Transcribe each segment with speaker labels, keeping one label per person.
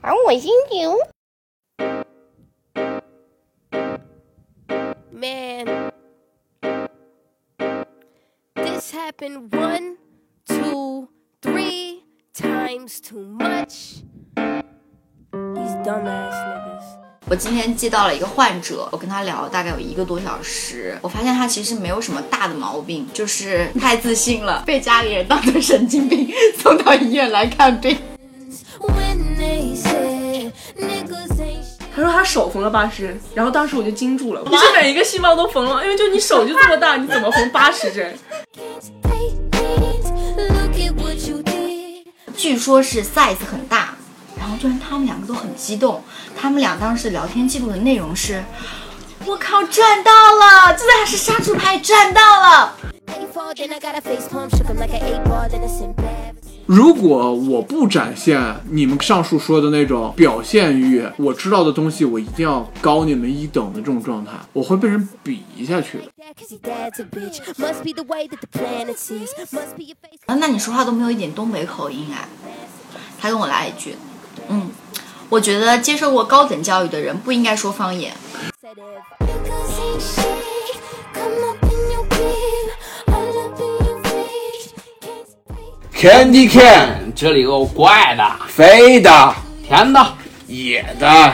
Speaker 1: 而我姓牛。
Speaker 2: Man, this happened one, two, three times too much. These dumbass niggas.
Speaker 3: 我今天接到了一个患者，我跟他聊了大概有一个多小时，我发现他其实没有什么大的毛病，就是太自信了，被家里人当成神经病送到医院来看病。
Speaker 2: When they said niggas ain't shit.
Speaker 4: 他说他手缝了八十，然后当时我就惊住了，就是每一个细胞都缝了，因为就你手就这么大，你怎么缝八十针？
Speaker 2: Look at what you did.
Speaker 3: 据说是 size 很大，然后居然他们两个都很激动，他们俩当时聊天记录的内容是：我靠，赚到了！这才是杀猪牌，赚到了！
Speaker 2: They fall, then I got a face palm, shook 'em like an eight ball, then it's embarrassing.
Speaker 5: 如果我不展现你们上述说的那种表现欲，我知道的东西我一定要高你们一等的这种状态，我会被人鄙夷下去的。
Speaker 2: Dad, Cause your dad's a bitch. Must be the way that the planet sees. Must be your face.
Speaker 3: 啊，那你说话都没有一点东北口音哎。他跟我来一句，嗯，我觉得接受过高等教育的人不应该说方言。
Speaker 2: Said if
Speaker 6: 天地 n 这里有怪的、
Speaker 5: 飞的
Speaker 6: 甜的、
Speaker 5: 野的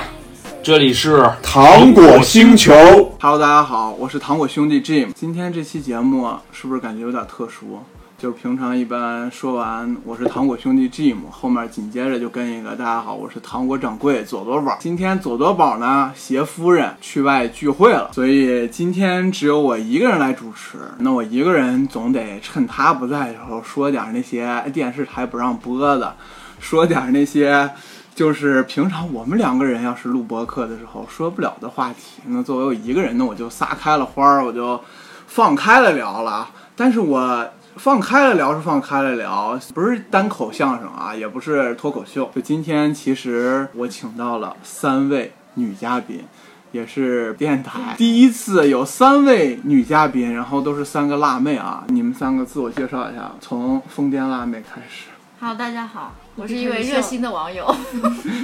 Speaker 6: 这里是
Speaker 5: 糖果星球，Hello，大家好，我是糖果兄弟 Jim。今天这期节目啊是不是感觉有点特殊？就是平常一般说完我是糖果兄弟 Jim，后面紧接着就跟一个大家好，我是糖果掌柜佐多宝。今天佐多宝呢携夫人去外聚会了，所以今天只有我一个人来主持。那我一个人总得趁他不在的时候说点那些电视台不让播的，说点那些就是平常我们两个人要是录播客的时候说不了的话题，那作为我一个人呢，我就撒开了花儿，我就放开了聊了啊。但是我放开了聊是放开了聊，不是单口相声啊，也不是脱口秀。就今天其实我请到了三位女嘉宾。也是电台第一次有三位女嘉宾，然后都是三个辣妹啊！你们三个自我介绍一下，从疯癫辣妹开始。
Speaker 3: Hello，大家好，我是一位热心的网友，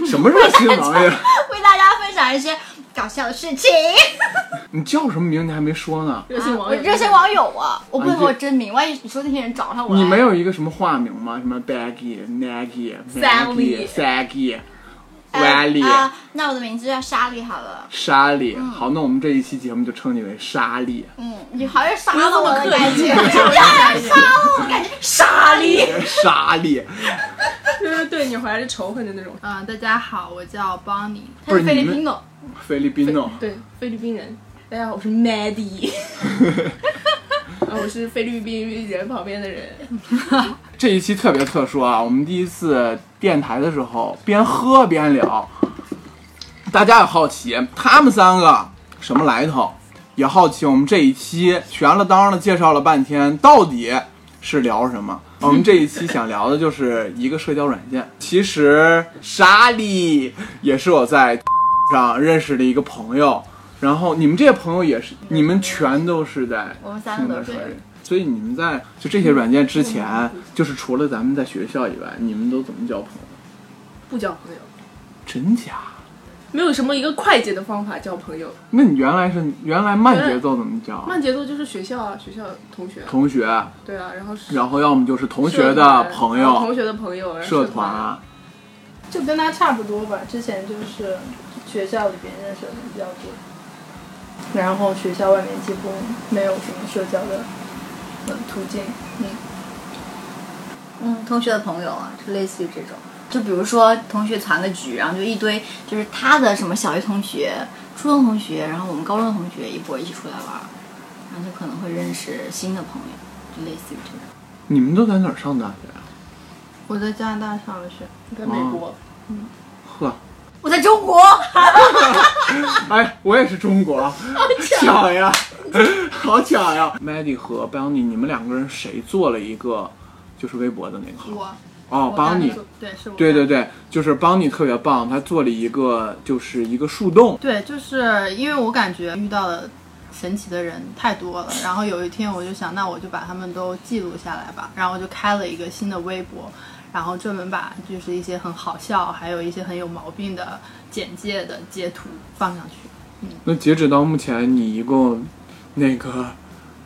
Speaker 5: 什么热心网 友？
Speaker 3: 为大家分享一些搞笑的事情。
Speaker 5: 你叫什么名？你还没说呢。
Speaker 4: 热心网
Speaker 3: 我
Speaker 4: 友，
Speaker 3: 热心网友啊，我不
Speaker 5: 啊
Speaker 3: 能
Speaker 5: 你
Speaker 3: 说我真名，万一你说那些人找上我来，
Speaker 5: 你没有一个什么化名吗？什么 Baggy、Maggie、
Speaker 4: Sally
Speaker 5: Maggie、Saggy、
Speaker 3: 呃
Speaker 5: Wally、
Speaker 3: 啊？嗯那我的名字叫莎莉好了。
Speaker 5: 莎莉。好，那我们这一期节目就称你为莎 莉。
Speaker 3: 嗯，你好像杀
Speaker 4: 不要
Speaker 3: 了
Speaker 4: 这
Speaker 3: 我
Speaker 4: 么
Speaker 3: 的
Speaker 4: 刻
Speaker 3: 感
Speaker 4: 意，
Speaker 3: 觉，
Speaker 4: 不要这么刻意
Speaker 3: 我感觉莎莉。
Speaker 5: 莎莉，
Speaker 4: 就是对你怀着仇恨的那种。
Speaker 7: 嗯，大家好，我叫邦尼，
Speaker 5: 不是你们
Speaker 7: 诺，
Speaker 5: 菲律宾诺。
Speaker 4: 对，菲律宾人。大家好，我是 Maddie。啊，我是菲律宾人旁边的人，
Speaker 5: 这一期特别特殊啊，我们第一次电台的时候边喝边聊，大家也好奇他们三个什么来头，也好奇我们这一期悬了当的介绍了半天，到底是聊什么？我们这一期想聊的就是一个社交软件。其实莎莉也是我在上认识的一个朋友，然后你们这些朋友也是，你们全都是在
Speaker 3: 我们三个都是
Speaker 5: 听的所以你们在就这些软件之前，就是除了咱们在学校以外，你们都怎么交朋友？
Speaker 4: 不交朋友，
Speaker 5: 真假？
Speaker 4: 没有什么一个快捷的方法交朋友。
Speaker 5: 那你原来是原来慢节奏怎么交？
Speaker 4: 慢节奏就是学校啊，学校同学啊，
Speaker 5: 同学，
Speaker 4: 对啊，然后是
Speaker 5: 然后要么就是同学
Speaker 4: 社
Speaker 5: 的
Speaker 4: 团
Speaker 5: 朋
Speaker 4: 然后同
Speaker 5: 友、
Speaker 4: 学的朋友，然后
Speaker 5: 社
Speaker 4: 团啊，
Speaker 5: 团。
Speaker 7: 就跟他差不多吧。之前就是学校里边认识的比较多，然后学校外面几乎没有什么社交的呃途径。
Speaker 3: 嗯，同学的朋友啊，就类似于这种。就比如说同学团个局，然后就一堆就是他的什么小学同学、初中同学，然后我们高中的同学一波一起出来玩儿，然后就可能会认识新的朋友，就类似于这种。
Speaker 5: 你们都在哪儿上大学啊？
Speaker 7: 我在加拿大上的学，
Speaker 4: 在美
Speaker 7: 哦
Speaker 4: 国，
Speaker 5: 呵，
Speaker 3: 我在中国，
Speaker 5: 哎，我也是中国，巧呀， 好巧呀。Maddie 和 Bonnie，你们两个人谁做了一个就是微博的那个号？
Speaker 7: 我
Speaker 5: 哦
Speaker 7: 我干的
Speaker 5: ，Bonnie，
Speaker 7: 是对是我
Speaker 5: 对对
Speaker 7: 干的
Speaker 5: 对，就是邦尼特别棒，他做了一个就是一个树洞，
Speaker 7: 对，就是因为我感觉遇到了。神奇的人太多了，然后有一天我就想，那我就把他们都记录下来吧，然后我就开了一个新的微博，然后专门把就是一些很好笑，还有一些很有毛病的简介的截图放上去。
Speaker 5: 那截止到目前，你一共那个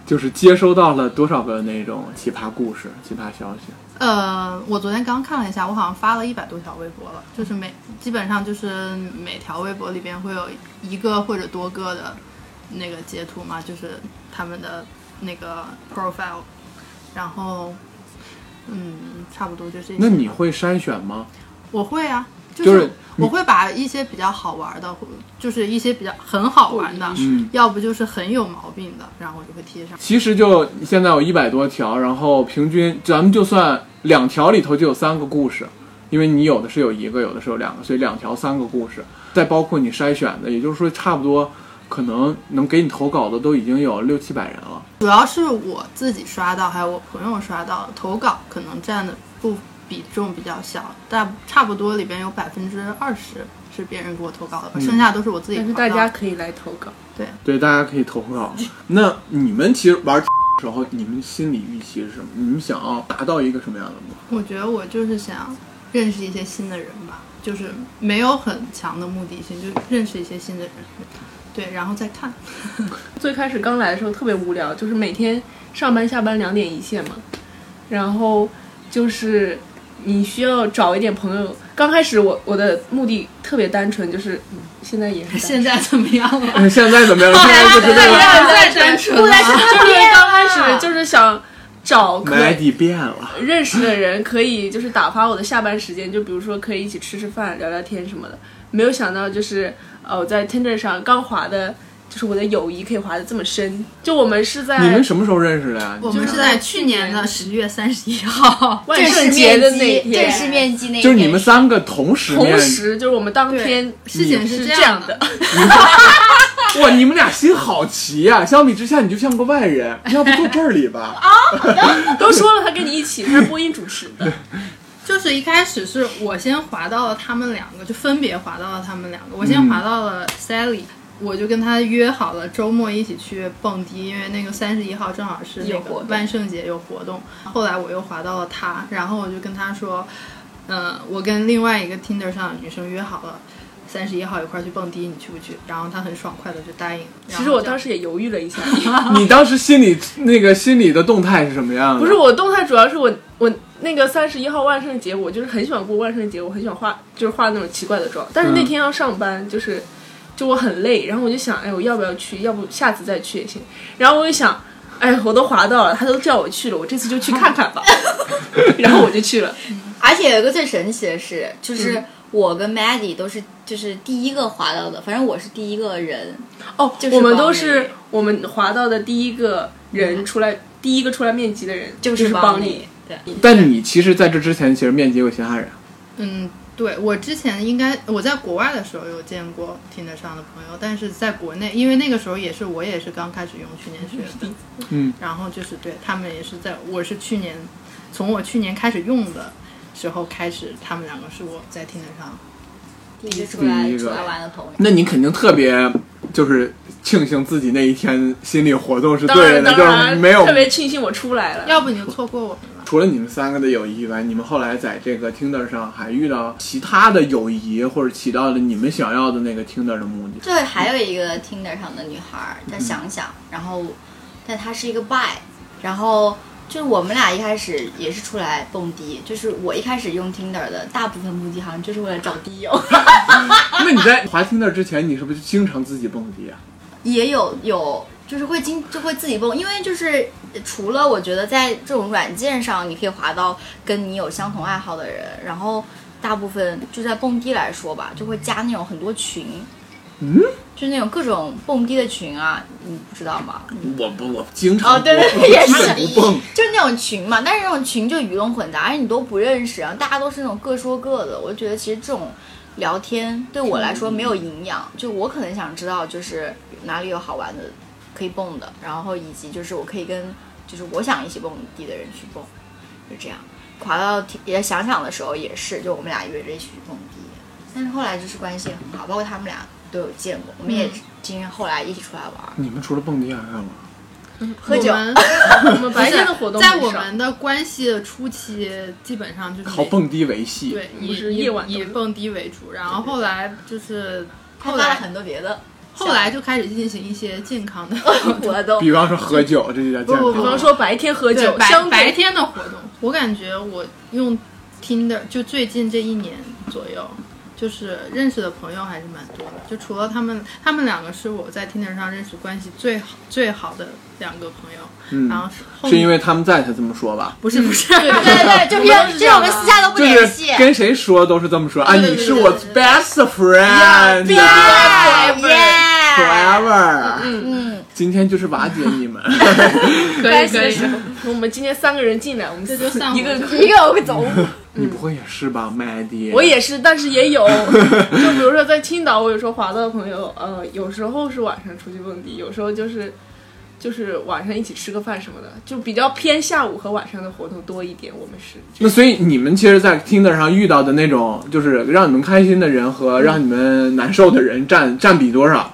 Speaker 5: 就是接收到了多少个那种奇葩故事、奇葩消息？
Speaker 7: 呃，我昨天刚看了一下，我好像发了一百多条微博了，就是每基本上就是每条微博里边会有一个或者多个的那个截图嘛，就是他们的那个 profile，然后嗯，差不多就这些。
Speaker 5: 那你会筛选吗？
Speaker 7: 我会啊，就
Speaker 5: 就是是你
Speaker 7: 我会把一些比较好玩的，或就是一些比较很好玩的，
Speaker 5: 嗯
Speaker 7: 要不就是很有毛病的，然后我就会贴上。
Speaker 5: 其实就现在有一百多条，然后平均咱们就算两条里头就有三个故事，因为你有的是有一个，有的是有两个，所以两条三个故事，再包括你筛选的，也就是说差不多可能能给你投稿的都已经有六七百人了。
Speaker 7: 主要是我自己刷到，还有我朋友刷到，投稿可能占的不比重比较小，但差不多里边有百分之二十是别人给我投稿的，剩下嗯都是我自己
Speaker 4: 但
Speaker 7: 投
Speaker 4: 是
Speaker 7: 稿
Speaker 4: 大
Speaker 7: 的。
Speaker 4: 家可以来投稿。
Speaker 5: 对，大家可以投稿。那你们其实玩的时候，你们心理预期是什么？你们想要达到一个什么样的目标？
Speaker 7: 我觉得我就是想认识一些新的人吧，就是没有很强的目的性，就认识一些新的人，对，然后再看。
Speaker 4: 最开始刚来的时候特别无聊，就是每天上班下班两点一线嘛，然后就是你需要找一点朋友。刚开始我我的目的特别单纯，就是、嗯、现在也是单纯
Speaker 7: 现在怎么样 了？
Speaker 5: 那现在怎么样？ 现在不知道了，
Speaker 4: 现在单纯了，就是刚开始就是想找可
Speaker 5: 买底变了。
Speaker 4: 认识的人可以就是打发我的下班时间，就比如说可以一起吃吃饭、聊聊天什么的。没有想到就是呃，我在 Tinder 上刚滑的，就是我的友谊可以滑的这么深。就我们是在
Speaker 5: 你们什么时候认识的呀？
Speaker 7: 我们是在去年的十月三十一号，
Speaker 4: 万圣节的那
Speaker 3: 面积正式
Speaker 4: 天，
Speaker 3: 面积那一
Speaker 5: 就是你
Speaker 3: 天
Speaker 5: 们三个同时面
Speaker 4: 同，时就是我们当天
Speaker 7: 事情
Speaker 4: 是
Speaker 7: 这
Speaker 4: 样
Speaker 7: 的，。
Speaker 5: 哇，你们俩心好齐呀、相比之下，你就像个外 人，要不坐这里
Speaker 4: 啊
Speaker 5: 吧？
Speaker 4: 都说了他跟你一起，他是播音主持的，
Speaker 7: 就是一开始是我先滑到了他们两个，就分别滑到了他们两个。我先滑到了 Sally，、我就跟他约好了周末一起去蹦迪，因为那个三十一号正好是那
Speaker 3: 有
Speaker 7: 个
Speaker 3: 活动
Speaker 7: 万圣节有活动。后来我又滑到了他，然后我就跟他说，嗯、我跟另外一个 Tinder 上的女生约好了。三十一号一块儿去蹦迪，你去不去？然后他很爽快的就答应了。
Speaker 4: 其实我当
Speaker 7: 时
Speaker 4: 时也犹豫了一下，
Speaker 5: 你当时心里那个心里的动态是什么样的？
Speaker 4: 不是我动态，主要是我我那个三十一号万圣节，我就是很喜欢过万圣节，我很喜欢化，就是化那种奇怪的妆。但是那
Speaker 5: 嗯
Speaker 4: 天要上班，就是就我很累，然后我就想，哎，我要不要去？要不下次再去也行。然后我就想，哎，我都滑到了，他都叫我去了，我这次就去看看吧。然后我就去了，
Speaker 3: 而且有一个最神奇的是，就是我跟 Maddie 都是就是第一个滑到的，反正我是第一个人，
Speaker 4: 哦，
Speaker 3: 就是
Speaker 4: 我们
Speaker 3: 帮
Speaker 4: 都
Speaker 3: 你
Speaker 4: 是我们滑到的第一个人出来，第一个出来面基的人
Speaker 3: 就
Speaker 4: 就是
Speaker 3: 帮
Speaker 4: 帮
Speaker 3: 你。对，
Speaker 5: 但你其实在这之前，其实面积有其他人。
Speaker 7: 嗯，对我之前应该我在国外的时候有见过听得上的朋友，但是在国内，因为那个时候也是我也是刚开始用去年学的，
Speaker 5: 嗯，
Speaker 7: 然后就是对他们也是在我是去年从我去年开始用的时候开始，他们两个是我在听得上。
Speaker 3: 第一个出来
Speaker 5: 第一个
Speaker 3: 出来玩的朋友。
Speaker 5: 那你肯定特别就是庆幸自己那一天心理活动是
Speaker 4: 当
Speaker 5: 对
Speaker 4: 然，
Speaker 5: 的，
Speaker 4: 当
Speaker 5: 就是
Speaker 4: 然，
Speaker 5: 没有
Speaker 4: 特别庆幸我出来了。
Speaker 7: 要不你就错过我们了。
Speaker 5: 除了你们三个的友谊以外，你们后来在这个 Tinder 上还遇到其他的友谊，或者起到了你们想要的那个 Tinder 的目的？
Speaker 3: 对，还有一个 Tinder 上的女孩儿叫想想，然后，但她是一个 bi，然后就是我们俩一开始也是出来蹦迪，就是我一开始用 Tinder 的大部分目的好像就是为了找哦迪友，
Speaker 5: 那你在滑 Tinder 之前，你是不是经常自己蹦迪啊？
Speaker 3: 也有有就是会经就会自己蹦，因为就是呃除了我觉得在这种软件上你可以滑到跟你有相同爱好的人，然后大部分就在蹦迪来说吧，就会加那种很多群，
Speaker 5: 嗯，
Speaker 3: 就是那种各种蹦迪的群啊，你不知道吗？
Speaker 5: 我不，我经常
Speaker 3: 哦，对对对，也是，
Speaker 5: 不蹦。
Speaker 3: 就是那种群嘛，但是那种群就鱼龙混杂，而且你都不认识，然后大家都是那种各说各的。我觉得其实这种聊天对我来说没有营养，就我可能想知道就是哪里有好玩的可以蹦的，然后以及就是我可以跟就是我想一起蹦迪的人去蹦，就这样。滑到也想想的时候也是，就我们俩约着一起去蹦迪，但是后来就是关系也很好，包括嗯他们俩都有见过，我们也经常后来一起出来玩儿。
Speaker 5: 你们除了蹦迪还干嘛？
Speaker 3: 喝酒
Speaker 7: 我们我们
Speaker 4: 白 天的活动
Speaker 7: 在
Speaker 4: 很
Speaker 7: 我
Speaker 4: 少
Speaker 7: 们的关系的初期，基本上就是
Speaker 5: 靠
Speaker 7: 每
Speaker 5: 蹦迪维系。
Speaker 7: 对，
Speaker 4: 不
Speaker 7: 以
Speaker 4: 是
Speaker 7: 以
Speaker 4: 夜晚
Speaker 7: 以
Speaker 4: 动
Speaker 7: 蹦迪为主，然后后来就是
Speaker 3: 开
Speaker 7: 后
Speaker 3: 发了
Speaker 7: 来
Speaker 3: 很多别 的
Speaker 7: 后来就开始进行一些健康的
Speaker 3: 活动，
Speaker 5: 比方说喝酒，这就叫健
Speaker 7: 不不
Speaker 4: 比
Speaker 7: 不
Speaker 5: 康。
Speaker 4: 方说白天喝
Speaker 7: 对
Speaker 4: 酒，
Speaker 7: 白
Speaker 4: 相
Speaker 7: 白
Speaker 4: 对
Speaker 7: 天的活动。我感觉我用 Tinder 就最近这一年左右，就是认识的朋友还是蛮多的。就除了他们，他们两个是我在 Tinder 上认识关系最好最好的两个朋友。
Speaker 5: 嗯，
Speaker 7: 然后后
Speaker 5: 是因
Speaker 7: 为
Speaker 5: 为他们在才这么说吧？
Speaker 7: 不是不是，
Speaker 3: 对对对，就是就是我们私下都不
Speaker 5: 就
Speaker 3: 联
Speaker 5: 是
Speaker 3: 系。
Speaker 5: 跟谁说都是这么说啊，
Speaker 7: 对对
Speaker 5: 你
Speaker 7: 对
Speaker 5: 是
Speaker 7: 对
Speaker 5: 我
Speaker 7: 对对
Speaker 5: best friend
Speaker 3: 对耶，
Speaker 5: forever。
Speaker 3: 嗯，
Speaker 5: 今天就是瓦解你们，
Speaker 7: 可以可以，
Speaker 4: 我们今天三个人进来，我们
Speaker 7: 这就散伙
Speaker 4: 一个
Speaker 7: 了
Speaker 3: 一个我走，
Speaker 5: 你不会也是吧，麦迪？
Speaker 4: 我也是，但是也 有，就比如说在青岛，我有时候滑到的朋友，呃，有时候是晚上出去蹦迪，有时候就是就是晚上一起吃个饭什么的，就比较偏下午和晚上的活动多一点。我们是
Speaker 5: 那所以你们其实，在 Tinder 上遇到的那种，就是让你们开心的人和让你们难受的人占占比多少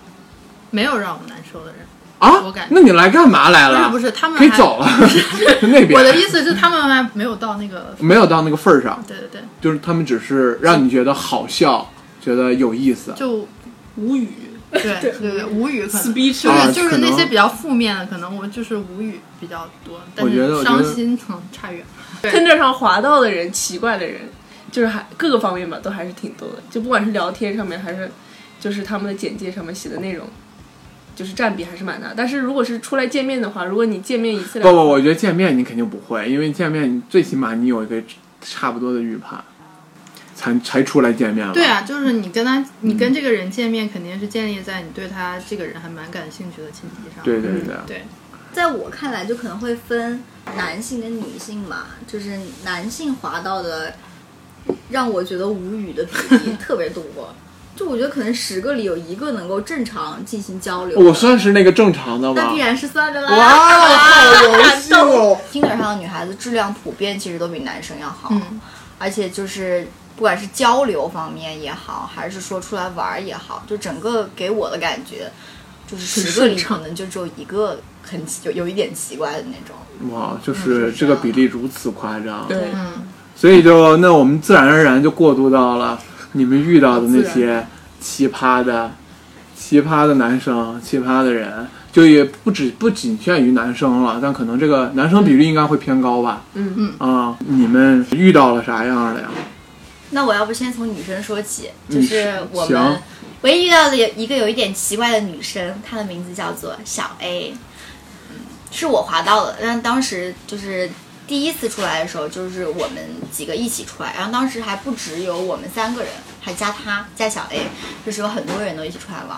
Speaker 7: 没有让我难受的人。
Speaker 5: 啊
Speaker 7: 我感？觉
Speaker 5: 那你来干嘛来
Speaker 7: 不
Speaker 5: 了？
Speaker 7: 是不是，他们
Speaker 5: 啊可以
Speaker 7: 还
Speaker 5: 走了， 那边
Speaker 7: 我的意思是，他们还没有到那个。
Speaker 5: 没有到那个份儿上，
Speaker 7: 对对对，
Speaker 5: 就是他们只是让你觉得好笑，觉得有意思。
Speaker 7: 就无语。对对对，无语可能。
Speaker 4: speech
Speaker 7: 就
Speaker 5: 啊
Speaker 7: 是就
Speaker 5: 可
Speaker 7: 是那
Speaker 5: 能
Speaker 7: 些比较负面的，可能我就是无语比较多，但
Speaker 5: 我觉得我
Speaker 7: 是
Speaker 5: 觉得
Speaker 7: 伤心可能差远。
Speaker 4: Tinder 上滑到的人，奇怪的人，就是还各个方面吧，都还是挺多的。就不管是聊天上面，还是就是他们的简介上面写的内容，就是占比还是蛮大。但是如果是出来见面的话，如果你见面一次
Speaker 5: 不
Speaker 4: 两
Speaker 5: 不，我觉得见面你肯定不会，因为见面你最起码你有一个差不多的预判，才才出来见面嘛。
Speaker 7: 对啊，就是你跟他，你跟这个人见面，肯定是建立在你对他这个人还蛮感兴趣的前提上。
Speaker 5: 对对对，
Speaker 7: 对，
Speaker 3: 在我看来，就可能会分男性跟女性嘛，就是男性滑到的，让我觉得无语的比 例特别多。就我觉得可能十个里有一个能够正常进行交流，
Speaker 5: 我算是那个正常的
Speaker 3: 那
Speaker 5: 吗
Speaker 3: 必？然是算的啦。
Speaker 5: 哇，好哦优秀！
Speaker 3: Tinder 上的女孩子质量普遍其实都比男生要好，
Speaker 7: 嗯
Speaker 3: 而且就是不管是交流方面也好，还是说出来玩儿也好，就整个给我的感觉，就是十个里可能就只有一个很奇有有一点奇怪的那种。
Speaker 5: 哇，
Speaker 7: 啊
Speaker 5: 就是这个比例如此夸张，
Speaker 4: 对
Speaker 7: 嗯，
Speaker 5: 所以就那我们自然而然就过渡到了你们遇到的那些奇葩的、奇葩的男生、奇葩的人，就也不止不仅限于男生了，但可能这个男生比例应该会偏高吧。
Speaker 4: 嗯
Speaker 7: 嗯
Speaker 5: 啊，你们遇到了啥样的呀？
Speaker 3: 那我要不先从女生说起，就
Speaker 5: 嗯
Speaker 3: 是我
Speaker 5: 行
Speaker 3: 们唯一遇到的有一个有一点奇怪的女生，她的名字叫做小 A，嗯是我滑到的，但当时就是。第一次出来的时候，就是我们几个一起出来，然后当时还不只有我们三个人，还加她加小 A，就是有很多人都一起出来玩。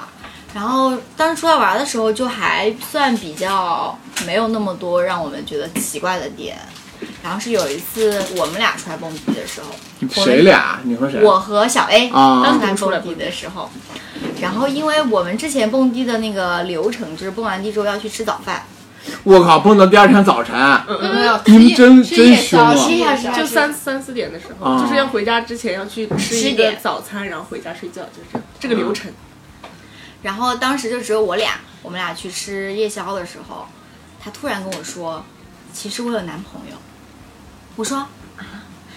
Speaker 3: 然后当时出来玩的时候，就还算比较没有那么多让我们觉得奇怪的点。然后是有一次我们俩出来蹦迪的时候，
Speaker 5: 谁俩？你和谁？
Speaker 3: 我和小 A
Speaker 5: 啊
Speaker 3: 刚才蹦迪的时候，然后因为我们之前蹦迪的那个流程就是蹦完迪之后要去吃早饭，
Speaker 5: 我靠，蹦到第二天早晨，啊
Speaker 4: 嗯
Speaker 7: 没有，
Speaker 5: 你们真
Speaker 7: 吃
Speaker 5: 真
Speaker 7: 夜
Speaker 5: 凶啊
Speaker 7: 宵吃夜
Speaker 3: 啊是啊
Speaker 4: 就是三三四点的时候，
Speaker 5: 啊
Speaker 4: 就是要回家之前要去吃
Speaker 3: 吃
Speaker 4: 一
Speaker 3: 一
Speaker 4: 个
Speaker 3: 点
Speaker 4: 早餐，然后回家睡觉，就是这样这个流程。
Speaker 3: 然后当时就只有我俩，我们俩去吃夜宵的时候，她突然跟我说，其实我有男朋友。我说啊，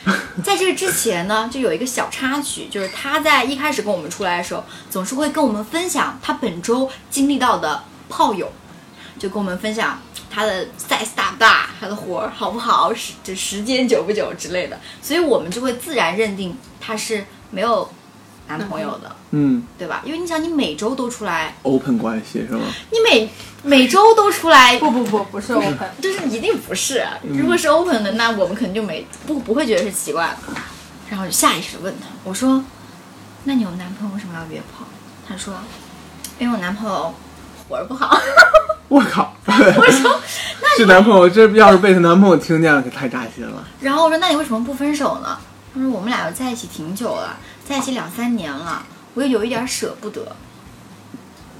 Speaker 3: 啊在这之前呢，就有一个小插曲，就是她在一开始跟我们出来的时候，总是会跟我们分享她本周经历到的炮友，就跟我们分享。她的 size 大不大，她的活儿好不好，时这时间久不久之类的，所以我们就会自然认定她是没有男朋友的。
Speaker 5: 嗯
Speaker 3: 对吧？因为你想，你每周都出来，
Speaker 5: ，open 关系是吗？
Speaker 3: 你每每周都出来，
Speaker 7: 不不不，不是 open，
Speaker 3: 就是一定不是。如果是 open 的，那我们肯定就没不不会觉得是奇怪了。然后我就下意识地问他，我说：“那你有男朋友为什么要约炮？”他说：“因为我男朋友活儿不好。
Speaker 5: 我靠！我
Speaker 3: 说，
Speaker 5: 这男朋友这要是被她男朋友听见了，可太扎心了。”
Speaker 3: 然后我说：“那你为什么不分手呢？”他说：“我们俩在一起挺久了，在一起两三年了，我又有一点舍不得。”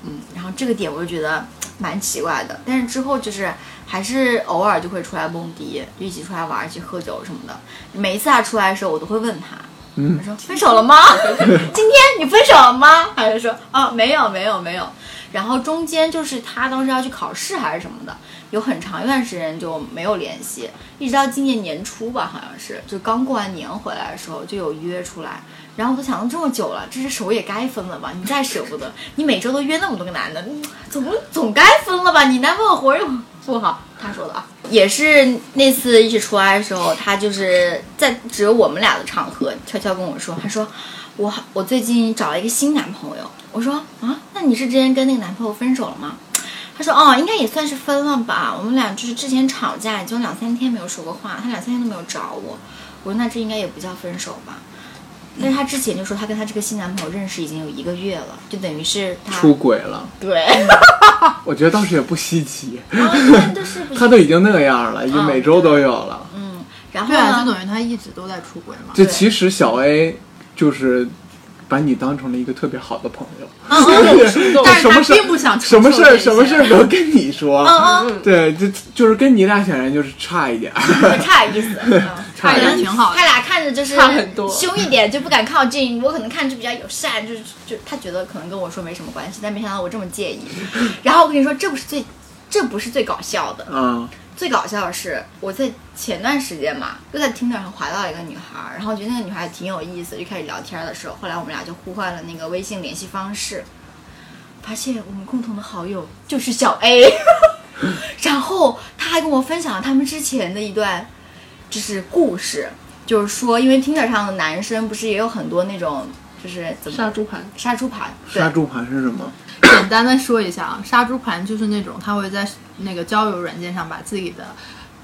Speaker 3: 嗯，然后这个点我就觉得蛮奇怪的，但是之后就是还是偶尔就会出来蹦迪，就一起出来玩儿、一起喝酒什么的。每一次他出来的时候，我都会问他，
Speaker 5: 嗯
Speaker 3: 我说分手了吗？今天你分手了吗？他就说哦，没有，没有，没有。然后中间就是他当时要去考试还是什么的，有很长一段时间就没有联系，一直到今年年初吧，好像是就刚过完年回来的时候就有约出来。然后我都想了这么久了，这是手也该分了吧？你再舍不得，你每周都约那么多个男的，嗯总总该分了吧？你男朋友活着不好， 他说的啊。也是那次一起出来的时候，他就是在只有我们俩的场合，悄悄跟我说，他说我我最近找了一个新男朋友。我说啊，那你是之前跟那个男朋友分手了吗？他说哦，应该也算是分了吧。我们俩就是之前吵架，也就两三天没有说过话，他两三天都没有找我。我说那这应该也不叫分手吧。但是他之前就说他跟他这个新男朋友认识已经有一个月了，就等于是他
Speaker 5: 出轨了，
Speaker 3: 对，
Speaker 5: 我觉得倒是也不稀奇，
Speaker 3: 真的哦是不
Speaker 5: 他
Speaker 3: 行。
Speaker 5: 都已经那样了，已经
Speaker 3: 啊
Speaker 5: 每周都有了。
Speaker 3: 嗯，然后
Speaker 7: 对啊，就
Speaker 3: 呢？
Speaker 7: 等于他一直都在出轨嘛。
Speaker 5: 就其实小 A 就是把你当成了一个特别好的朋友，
Speaker 7: 但是
Speaker 5: 什
Speaker 7: 他
Speaker 5: 么事
Speaker 7: 并不想
Speaker 5: 什么事儿
Speaker 7: 儿
Speaker 5: 什么事儿都跟你说。
Speaker 3: 嗯嗯，
Speaker 5: 对，就就是跟你俩显然就是差一点儿，
Speaker 3: 差点意思。嗯
Speaker 5: 差一
Speaker 7: 感
Speaker 5: 点儿。
Speaker 7: 觉挺好的
Speaker 3: 他。俩看着就是
Speaker 4: 差很多
Speaker 3: 凶一点就不敢靠近。我可能看着比较友善，就是就他觉得可能跟我说没什么关系，但没想到我这么介意。 然后我跟你说，这不是最，这不是最搞笑的，
Speaker 5: 啊，
Speaker 3: 最搞笑的是我在前段时间嘛，又在 Tinder 上滑到一个女孩儿，然后我觉得那个女孩挺有意思，就开始聊天的时候，后来我们俩就互换了那个微信联系方式，发现我们共同的好友就是小 A，然后他还跟我分享了他们之前的一段就是故事，就是说因为 Tinder 上的男生不是也有很多那种就是怎么
Speaker 4: 杀猪盘，
Speaker 3: 杀猪盘，对
Speaker 5: 杀猪盘是什么？
Speaker 7: 简单的说一下啊，杀猪盘就是那种他会在那个交友软件上把自己的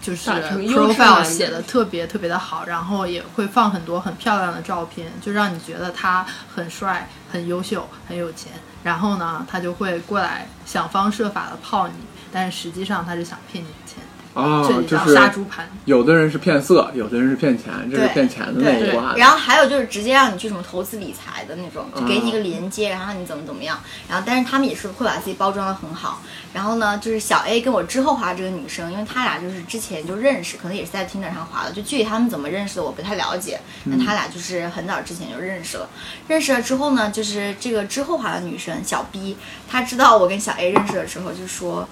Speaker 7: 就是
Speaker 4: 打成优质男
Speaker 7: profile
Speaker 4: 人
Speaker 7: 写的特别特别的好，然后也会放很多很漂亮的照片，就让你觉得他很帅、很优秀、很有钱。然后呢，他就会过来想方设法的泡你，但是实际上他是想骗你的钱，
Speaker 5: 啊
Speaker 7: 这，
Speaker 5: 就
Speaker 7: 叫
Speaker 5: 是
Speaker 7: 杀猪盘。
Speaker 5: 有的人是骗色，有的人是骗钱，这是
Speaker 3: 对
Speaker 5: 骗钱的那一
Speaker 3: 对
Speaker 5: 挂的。
Speaker 3: 然后还有就是直接让你去什么投资理财的那种，就给
Speaker 5: 嗯
Speaker 3: 你一个连接，然后你怎么怎么样。然后但是他们也是会把自己包装的很好。然后呢，就是小 A 跟我之后滑这个女生，因为他俩就是之前就认识，可能也是在 Tinder 上滑的，就具体他们怎么认识的我不太了解。那
Speaker 5: 嗯
Speaker 3: 他俩就是很早之前就认识了，认识了之后呢，就是这个之后滑的女生小 B，她知道我跟小 A 认识的时候，就说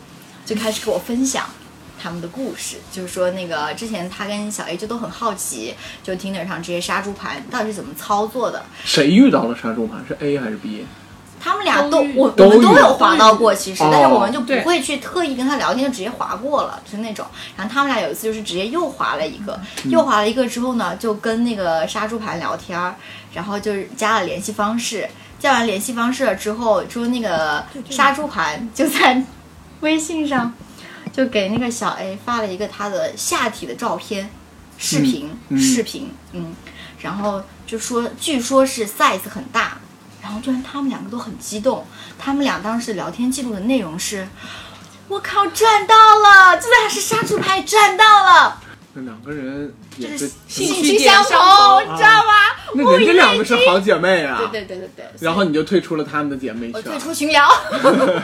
Speaker 3: 就开始给我分享。他们的故事，就是说那个之前他跟小 A 就都很好奇，就 Tinder 上这些杀猪盘到底是怎么操作的。
Speaker 5: 谁遇到了杀猪盘？是 A 还是 B？
Speaker 3: 他们俩都
Speaker 4: 都遇
Speaker 3: 我
Speaker 5: 都
Speaker 3: 我们
Speaker 5: 遇
Speaker 3: 都有划到过，其实
Speaker 5: 哦，
Speaker 3: 但是我们就
Speaker 4: 对
Speaker 3: 不会去特意跟他聊天，就直接划过了，就是那种。然后他们俩有一次就是直接又划了一个，
Speaker 5: 嗯
Speaker 3: 又划了一个之后呢，就跟那个杀猪盘聊天儿，然后就是加了联系方式，加完联系方式了之后，说那个杀猪盘就在微信上就给那个小 A 发了一个他的下体的照片，视频，
Speaker 5: 嗯嗯
Speaker 3: 视频，嗯，然后就说，据说是 size 很大，然后居然他们两个都很激动，他们俩当时聊天记录的内容是，我靠，赚到了，这俩是杀猪盘，赚到了，
Speaker 5: 那两个人也
Speaker 3: 就是是
Speaker 5: 挺
Speaker 3: 兴
Speaker 4: 趣
Speaker 3: 趣
Speaker 4: 点
Speaker 3: 相
Speaker 4: 相
Speaker 3: 同，
Speaker 4: 同
Speaker 3: 你知道吗？
Speaker 5: 那人家两个是好姐妹啊。
Speaker 3: 对对对对对，
Speaker 5: 然后你就退出了他们的姐妹
Speaker 3: 我
Speaker 5: 圈
Speaker 3: 退。出群聊，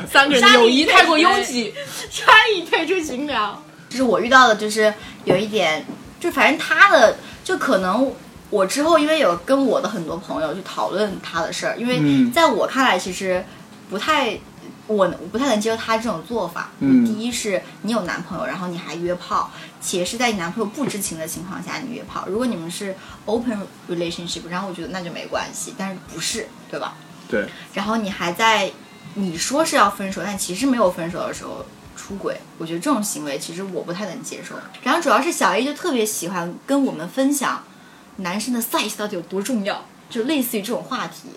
Speaker 4: 三个人的友谊太过拥挤，
Speaker 3: 差一退出群聊。就是我遇到的，就是有一点，就反正他的，就可能我之后因为有跟我的很多朋友去讨论他的事儿，因为
Speaker 5: 嗯
Speaker 3: 在我看来，其实不太。我我不太能接受他这种做法。
Speaker 5: 嗯
Speaker 3: 第一是你有男朋友，然后你还约炮，且是在你男朋友不知情的情况下你约炮。如果你们是 open relationship，然后我觉得那就没关系，但是不是，对吧？
Speaker 5: 对，
Speaker 3: 然后你还在你说是要分手，但其实没有分手的时候出轨，我觉得这种行为其实我不太能接受。然后主要是小 A 就特别喜欢跟我们分享男生的 size 到底有多重要，就类似于这种话题。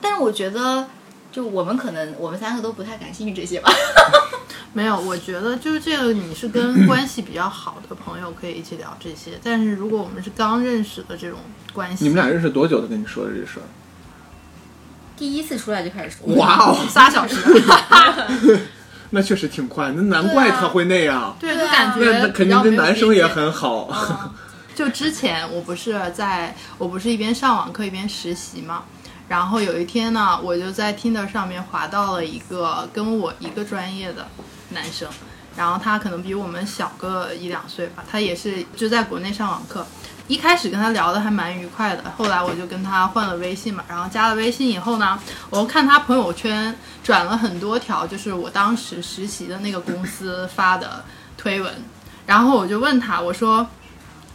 Speaker 3: 但是我觉得，就我们可能我们三个都不太感兴趣这些吧。
Speaker 7: 没有，我觉得就是这个，你是跟关系比较好的朋友可以一起聊这些，但是如果我们是刚认识的这种关系，
Speaker 5: 你们俩认识多久？他跟你说的这事儿？
Speaker 3: 第一次出来就开始说，
Speaker 5: 哇哦，
Speaker 7: 仨小时，
Speaker 5: 那确实挺快，那难怪他会那样。
Speaker 7: 对，啊就感觉
Speaker 5: 那他肯
Speaker 7: 比
Speaker 5: 定
Speaker 7: 较没
Speaker 5: 跟
Speaker 7: 有
Speaker 5: 男生
Speaker 7: 边
Speaker 5: 也
Speaker 7: 界
Speaker 5: 很好。
Speaker 7: 就之前我不是在，我不是一边上网课一边实习嘛，然后有一天呢，我就在 Tinder 上面滑到了一个跟我一个专业的男生，然后他可能比我们小个一两岁吧，他也是就在国内上网课。一开始跟他聊的还蛮愉快的，后来我就跟他换了微信嘛，然后加了微信以后呢，我看他朋友圈转了很多条，就是我当时实习的那个公司发的推文，然后我就问他，我说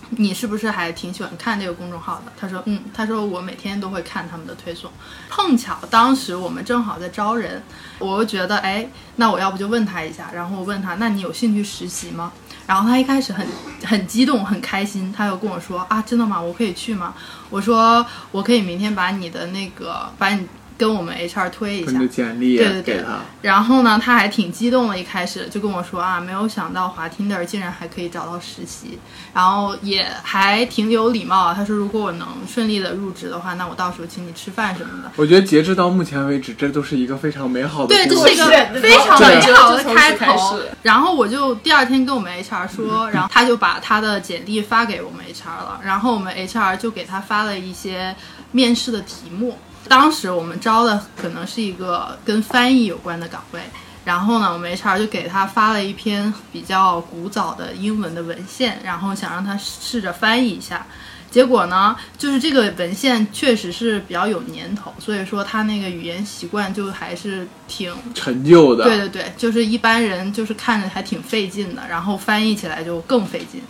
Speaker 7: 你是不是还挺喜欢看这个公众号的？他说嗯，他说我每天都会看他们的推送。碰巧当时我们正好在招人，我又觉得哎，那我要不就问他一下，然后我问他，那你有兴趣实习吗？然后他一开始很很激动，很开心，他又跟我说啊，真的吗？我可以去吗？我说我可以明天把你的那个，把你跟我们 HR 推一
Speaker 5: 把
Speaker 7: 下
Speaker 5: 你。的简历
Speaker 7: 对对对
Speaker 5: 啊给他，
Speaker 7: 然后呢，他还挺激动的，一开始就跟我说啊，没有想到滑 Tinder 竟然还可以找到实习，然后也还挺有礼貌啊。他说如果我能顺利的入职的话，那我到时候请你吃饭什么的。
Speaker 5: 我觉得截至到目前为止，这都是一个非常美好的
Speaker 7: 对，
Speaker 5: 故事。
Speaker 7: 这是一个非常
Speaker 5: 对
Speaker 7: 美好的开
Speaker 4: 就从此开
Speaker 7: 头
Speaker 4: 始。
Speaker 7: 然后我就第二天跟我们 HR 说，然后他就把他的简历发给我们 HR 了，然后我们 HR 就给他发了一些面试的题目。当时我们招的可能是一个跟翻译有关的岗位，然后呢，我们 HR 就给他发了一篇比较古早的英文的文献，然后想让他试着翻译一下。结果呢，就是这个文献确实是比较有年头，所以说他那个语言习惯就还是挺
Speaker 5: 陈旧的，
Speaker 7: 对对对，就是一般人就是看着还挺费劲的，然后翻译起来就更费劲。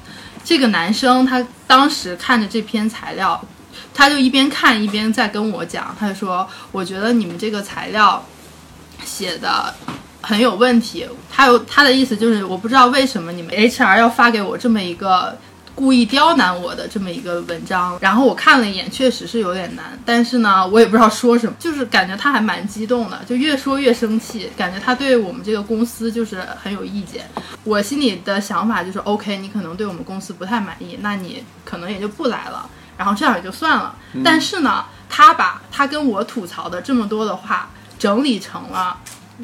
Speaker 7: 这个男生他当时看着这篇材料，他就一边看一边在跟我讲，他就说：“我觉得你们这个材料写的很有问题。”他有他的意思就是，我不知道为什么你们 HR 要发给我这么一个故意刁难我的这么一个文章，然后我看了一眼，确实是有点难，但是呢，我也不知道说什么，就是感觉他还蛮激动的，就越说越生气，感觉他对我们这个公司就是很有意见。我心里的想法就是，OK，你可能对我们公司不太满意，那你可能也就不来了，然后这样也就算了。但是呢，他把他跟我吐槽的这么多的话整理成了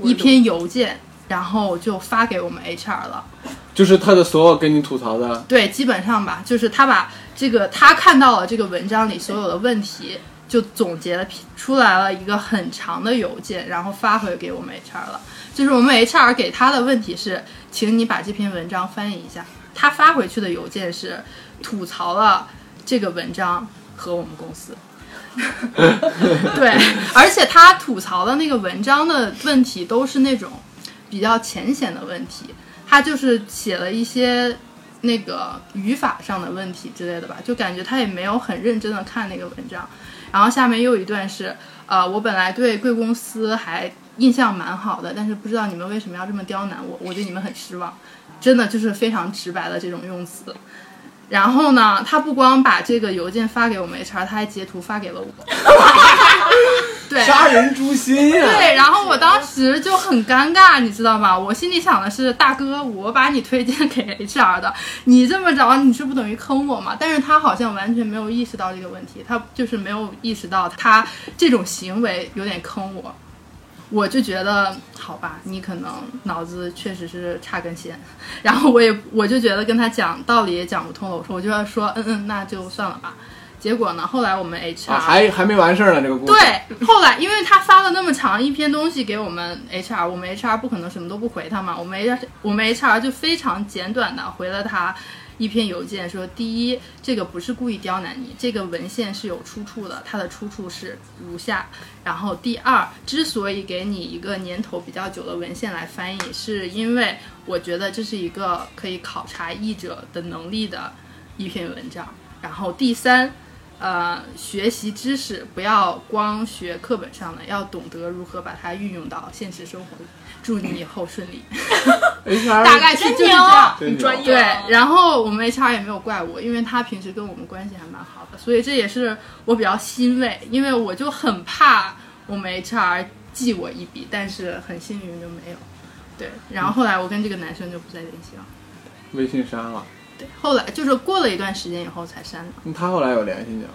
Speaker 7: 一篇邮件，然后就发给我们 HR 了。
Speaker 5: 就是他的所有跟你吐槽的，
Speaker 7: 对，基本上吧，就是他把这个他看到了这个文章里所有的问题，就总结了出来了一个很长的邮件，然后发回给我们 HR 了。就是我们 HR 给他的问题是，请你把这篇文章翻译一下。他发回去的邮件是吐槽了这个文章和我们公司。 对，而且他吐槽的那个文章的问题都是那种比较浅显的问题，他就是写了一些那个语法上的问题之类的吧，就感觉他也没有很认真的看那个文章。然后下面又有一段是，呃，我本来对贵公司还印象蛮好的，但是不知道你们为什么要这么刁难我，我对你们很失望。真的就是非常直白的这种用词。然后呢，他不光把这个邮件发给我们 HR，他还截图发给了我。 对，
Speaker 5: 杀人诛心啊呀、
Speaker 7: 对，然后我当时就很尴尬，你知道吗？我心里想的是，大哥，我把你推荐给 HR 的，你这么着，你这不等于坑我吗？但是他好像完全没有意识到这个问题，他就是没有意识到他这种行为有点坑我。我就觉得，好吧，你可能脑子确实是差根弦，然后我也我就觉得跟他讲道理也讲不通了，我说我就要说，嗯嗯，那就算了吧。结果呢，后来我们 HR、
Speaker 5: 啊，还还没完事儿呢，这个故事。，
Speaker 7: 对，后来因为他发了那么长一篇东西给我们 HR，我们 HR 不可能什么都不回他嘛，我们 HR 我们 HR 就非常简短的回了他一篇邮件说，第一，这个不是故意刁难你，这个文献是有出处的，它的出处是如下。然后第二，之所以给你一个年头比较久的文献来翻译，是因为我觉得这是一个可以考察译者的能力的一篇文章。然后第三，呃，学习知识不要光学课本上的，要懂得如何把它运用到现实生活里。祝你以后顺利。
Speaker 5: HR
Speaker 7: 大概是就是这样。
Speaker 5: 真牛
Speaker 4: 专业
Speaker 7: 对，然后我们 HR 也没有怪我，因为他平时跟我们关系还蛮好的，所以这也是我比较欣慰，因为我就很怕我们 HR 记我一笔，但是很幸运就没有。对，然后后来我跟这个男生就不再联系了。
Speaker 5: 微信删了，
Speaker 7: 对，后来就是过了一段时间以后才删的。
Speaker 5: 那他后来有联系你吗？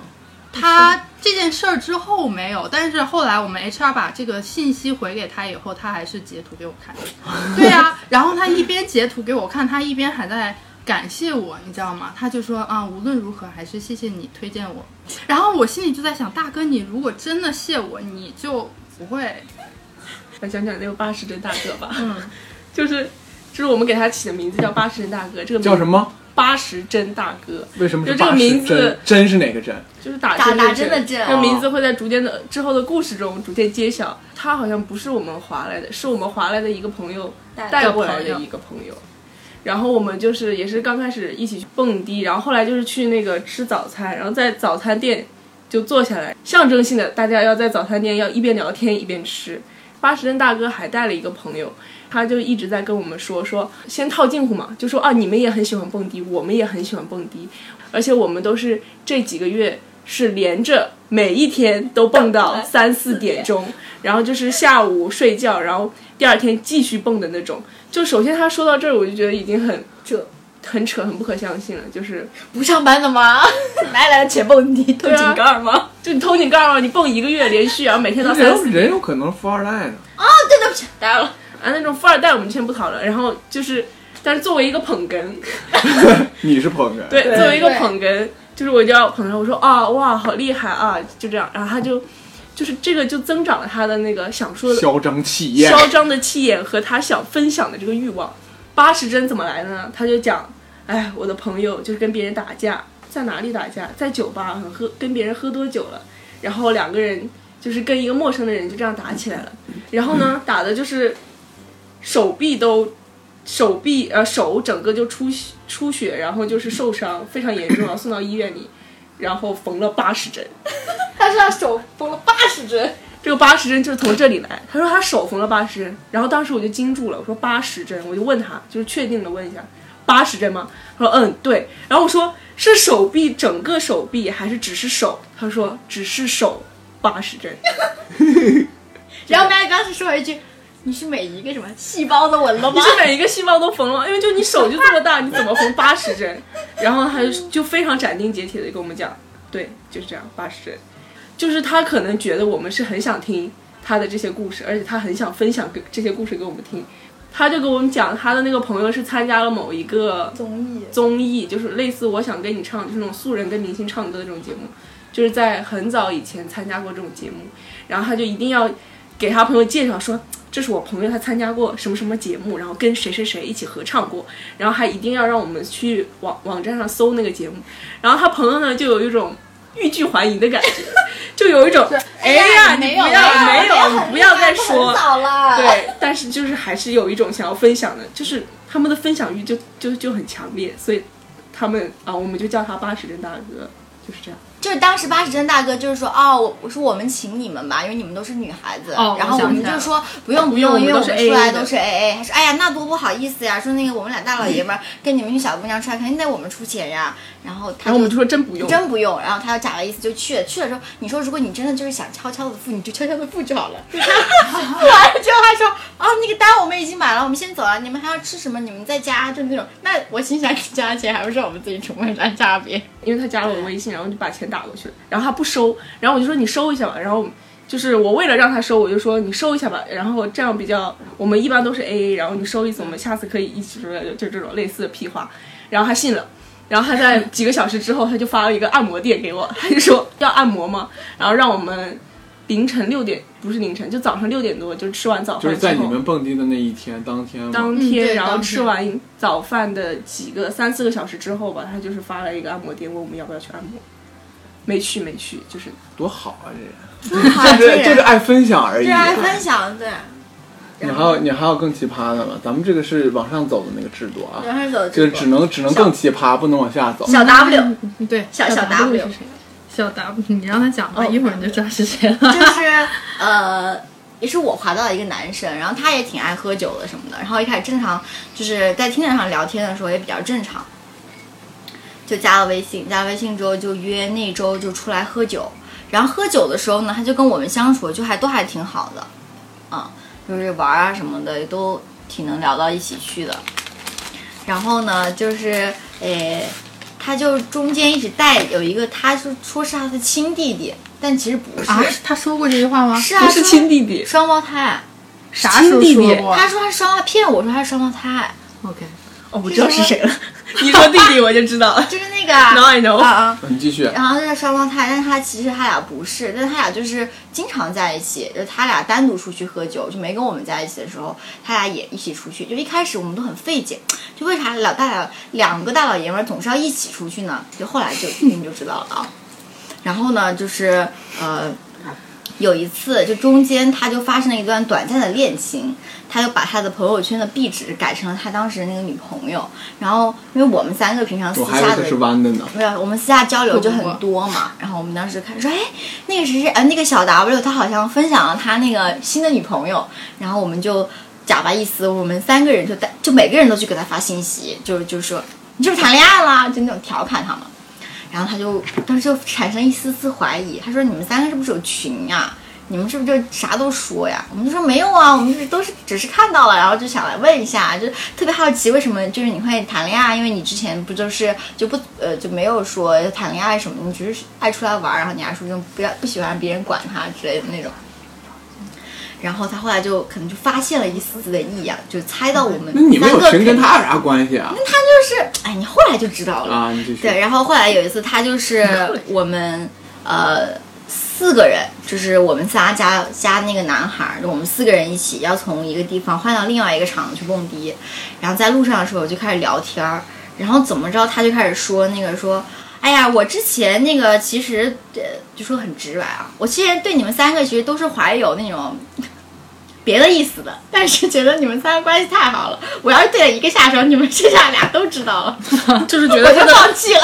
Speaker 7: 他这件事儿之后没有，但是后来我们 HR 把这个信息回给他以后，他还是截图给我看。 对啊，然后他一边截图给我看，他一边还在感谢我，你知道吗？他就说啊，无论如何还是谢谢你推荐我。然后我心里就在想，大哥，你如果真的谢我，你就不会
Speaker 4: 来讲讲那个八十帧大哥吧，
Speaker 7: 嗯，
Speaker 4: 就是就是我们给他起的名字叫八十帧大哥，这个名
Speaker 5: 叫什么？
Speaker 4: 八十帧大哥，
Speaker 5: 为什么是
Speaker 4: 就这个
Speaker 5: 八十
Speaker 4: 名字
Speaker 5: 帧？真是哪个帧？
Speaker 4: 就是打
Speaker 3: 打
Speaker 4: 针
Speaker 3: 打针
Speaker 4: 针
Speaker 3: 的针
Speaker 4: 这哦名字会在逐渐的之后的故事中逐渐揭晓。他好像不是我们华来的，是我们华来的一个朋友
Speaker 3: 带
Speaker 4: 带过来
Speaker 7: 朋友
Speaker 4: 的一个朋友。然后我们就是也是刚开始一起去蹦迪，然后后来就是去那个吃早餐，然后在早餐店就坐下来，象征性的大家要在早餐店要一边聊天一边吃。八十帧大哥还带了一个朋友，他就一直在跟我们说说，先套近乎嘛，就说啊你们也很喜欢蹦迪，我们也很喜欢蹦迪，而且我们都是这几个月是连着每一天都蹦到三四点钟，然后就是下午睡觉，然后第二天继续蹦的那种。就首先他说到这儿，我就觉得已经很这很扯，很不可相信了，就是
Speaker 3: 不上班的吗？ 啊哪里来的钱蹦迪？偷井盖吗？
Speaker 4: 啊就你偷井盖了，你蹦一个月连续，啊然后 每天到
Speaker 5: 人
Speaker 4: 三
Speaker 5: 有
Speaker 4: 四
Speaker 5: 人有可能是富二代呢。
Speaker 3: 对对不起，打扰了。
Speaker 4: 啊那种富二代，我们先不讨论。然后就是，但是作为一个捧哏，
Speaker 5: 你是捧哏，
Speaker 4: 对，作为一个
Speaker 7: 对
Speaker 4: 捧哏，就是我就要捧他，我说啊哇好厉害啊，就这样，然后他就就是这个就增长了他的那个想说的
Speaker 5: 嚣张气焰，
Speaker 4: 嚣张的气焰和他想分享的这个欲望。八十帧怎么来的呢？他就讲，哎，我的朋友就是跟别人打架，在哪里打架？在酒吧喝，跟别人喝多酒了，然后两个人就是跟一个陌生的人就这样打起来了。然后呢，打的就是手臂都。手臂呃手整个就出血出血，然后就是受伤，非常严重，然后送到医院里，然后缝了八十针。
Speaker 3: 他说他手缝了八十针，
Speaker 4: 这个八十针就是从这里来。他说他手缝了八十针，然后当时我就惊住了，我说八十针，我就问他，就是确定的问一下，八十针吗？他说嗯对，然后我说是手臂整个手臂还是只是手？他说只是手八十针，
Speaker 3: 然后刚刚是说了一句：“你是每一个什么细胞都纹了
Speaker 4: 你
Speaker 3: 吗
Speaker 4: 是每一个细胞都缝了吗，因为就你手就这么大，你怎么缝八十针？然后他就就非常斩钉截铁的跟我们讲，对，就是这样，八十针，就是他可能觉得我们是很想听他的这些故事，而且他很想分享给这些故事给我们听。他就给我们讲，他的那个朋友是参加了某一个
Speaker 7: 综艺
Speaker 4: 综艺，就是类似《我想跟你唱》就是那种素人跟明星唱歌的这种节目，就是在很早以前参加过这种节目，然后他就一定要给他朋友介绍说，这是我朋友他参加过什么什么节目，然后跟谁谁谁一起合唱过，然后还一定要让我们去网网站上搜那个节目，然后他朋友呢就有一种欲拒还迎的感觉，就有一种哎呀，你
Speaker 7: 没
Speaker 4: 不要
Speaker 7: 有啦
Speaker 4: 没有，你不要再？”
Speaker 3: 很
Speaker 4: 说，
Speaker 3: 早了，，
Speaker 4: 对，但是就是还是有一种想要分享的，就是他们的分享欲就就就很强烈，所以他们啊，我们就叫他八十帧大哥，就是这样。
Speaker 3: 就是当时八十帧大哥就是说：“哦，我我说我们请你们吧，因为你们都是女孩子。
Speaker 7: 哦
Speaker 3: 然后我
Speaker 7: 我想起
Speaker 3: 们
Speaker 7: 来
Speaker 3: 就
Speaker 7: 了
Speaker 3: 说：“不用
Speaker 4: 不
Speaker 3: 不
Speaker 4: 用
Speaker 3: 因为
Speaker 4: 我
Speaker 3: 我
Speaker 4: 们都
Speaker 3: 们
Speaker 4: 是
Speaker 3: 出来
Speaker 4: AA 的
Speaker 3: 都是 AA。”他说：“哎呀，那多不好意思呀，说那个我们俩大老爷 们儿跟你们去小姑娘出来，肯定得我们出钱呀。”然后他
Speaker 4: 哎然后我们
Speaker 3: 就
Speaker 4: 就说真不用，
Speaker 3: 真不用，然后他就假了意思就去了。去了之后，你说如果你真的就是想悄悄的付，你就悄悄的付就好了。 完了之后他说啊，那个单我们已经买了，我们先走了。你们还要吃什么？你们在家就那种。那我心想，你加钱还不是我们自己
Speaker 5: 嗯
Speaker 3: 出门来差别？
Speaker 4: 因为他加了我的微信，然后就把钱打过去了，然后他不收，然后我就说你收一下吧，然后就是我为了让他收，我就说你收一下吧，然后这样比较，我们一般都是 A A，然后你收一次，我们下次可以一起出来，就这种类似的屁话，然后他信了。然后他在几个小时之后，他就发了一个按摩店给我，他就说要按摩吗？然后让我们凌晨六点，不是凌晨，就早上六点多，就是吃完早饭之后，
Speaker 5: 就是在你们蹦迪的那一天当天嘛，
Speaker 4: 当
Speaker 7: 嗯
Speaker 4: 天，
Speaker 7: 对
Speaker 4: 然后
Speaker 7: 当
Speaker 4: 吃
Speaker 7: 天
Speaker 4: 完早饭的几个三四个小时之后吧，他就是发了一个按摩店，问我们要不要去按摩，没去没去，就是
Speaker 5: 多好啊！
Speaker 3: 好
Speaker 5: 这人就是就是爱分享而已。
Speaker 3: 啊享，对。
Speaker 5: 你还有你还有更奇葩的吗？咱们这个是往上走的那个制度啊，
Speaker 3: 然后走
Speaker 5: 就是只能只能更奇葩，不能往下走。
Speaker 3: 小 W
Speaker 7: 对
Speaker 3: 小小 W
Speaker 7: 小 W，你让他讲吧，一会儿你就知道是谁了。
Speaker 3: 就是呃，也是我滑到一个男生，然后他也挺爱喝酒的什么的，然后一开始正常就是在听着上聊天的时候也比较正常，就加了微信，加了微信之后就约那周就出来喝酒，然后喝酒的时候呢，他就跟我们相处就还都还挺好的，啊，就是玩啊什么的也都挺能聊到一起去的，然后呢就是诶。他就中间一直带有一个，他就说是他的亲弟弟，但其实不是，
Speaker 7: 啊， 是他说过这句话吗？
Speaker 3: 是啊，
Speaker 4: 不是
Speaker 3: 说
Speaker 4: 亲弟弟，
Speaker 3: 双胞胎。
Speaker 7: 啥时
Speaker 4: 亲
Speaker 7: 候
Speaker 4: 弟弟
Speaker 7: 说过
Speaker 3: 他说他是双胞胎，骗我说他是双胞胎。
Speaker 7: ？OK，
Speaker 4: 哦，我知道是谁了， 你说弟弟我就知 道了。
Speaker 3: 就是那个啊
Speaker 4: Now I know
Speaker 3: 啊啊，
Speaker 5: 你继续。
Speaker 3: 然后就是双胞胎，但是他其实他俩不是，但他俩就是经常在一起，就是他俩单独出去喝酒，就没跟我们在一起的时候，他俩也一起出去。就一开始我们都很费解，就为啥老大俩两个大老爷们儿总是要一起出去呢？就后来就你们就知道了啊。然后呢，就是呃，有一次就中间他就发生了一段短暂的恋情，他就把他的朋友圈的壁纸改成了他当时那个女朋友。然后因为我们三个平常私
Speaker 5: 我还以为
Speaker 3: 下
Speaker 5: 他
Speaker 3: 的
Speaker 5: 是弯的呢。
Speaker 3: 没有，啊我们私下交流就很多嘛。然后我们当时看说，哎，那个谁谁，呃，那个小 W 他好像分享了他那个新的女朋友，然后我们就假巴一思，我们三个人就带，就每个人都去给他发信息，就是就是说你是不是谈恋爱啦，就那种调侃他嘛。然后他就当时就产生一丝丝怀疑，他说你们三个是不是有群呀、你们是不是就啥都说呀？我们就说没有啊，我们就是都是只是看到了，然后就想来问一下，就特别好奇为什么就是你会谈恋爱，因为你之前不就是就不呃就没有说谈恋爱什么，你只是爱出来玩儿，然后你还说就不要不喜欢别人管他之类的那种。然后他后来就可能就发现了一丝丝的异样，就猜到我们
Speaker 5: 那你们有
Speaker 3: 三个
Speaker 5: 群跟
Speaker 3: 肯
Speaker 5: 他有啥关系啊？
Speaker 3: 他就是哎，你后来就知道了
Speaker 5: 啊，你继续。
Speaker 3: 对，然后后来有一次，他就是我们呃四个人，就是我们仨加加那个男孩儿，就我们四个人一起要从一个地方换到另外一个场去蹦迪，然后在路上的时候就开始聊天儿，然后怎么着他就开始说那个说。哎呀，我之前那个其实，呃，就说很直白啊，我之前对你们三个其实都是怀有那种 别的意思的，但是觉得你们三个关系太好了，我要是对了一个下手，你们剩下俩都知道了。
Speaker 4: 就是觉
Speaker 3: 我
Speaker 4: 得他
Speaker 3: 就
Speaker 4: 的
Speaker 3: 放 弃了。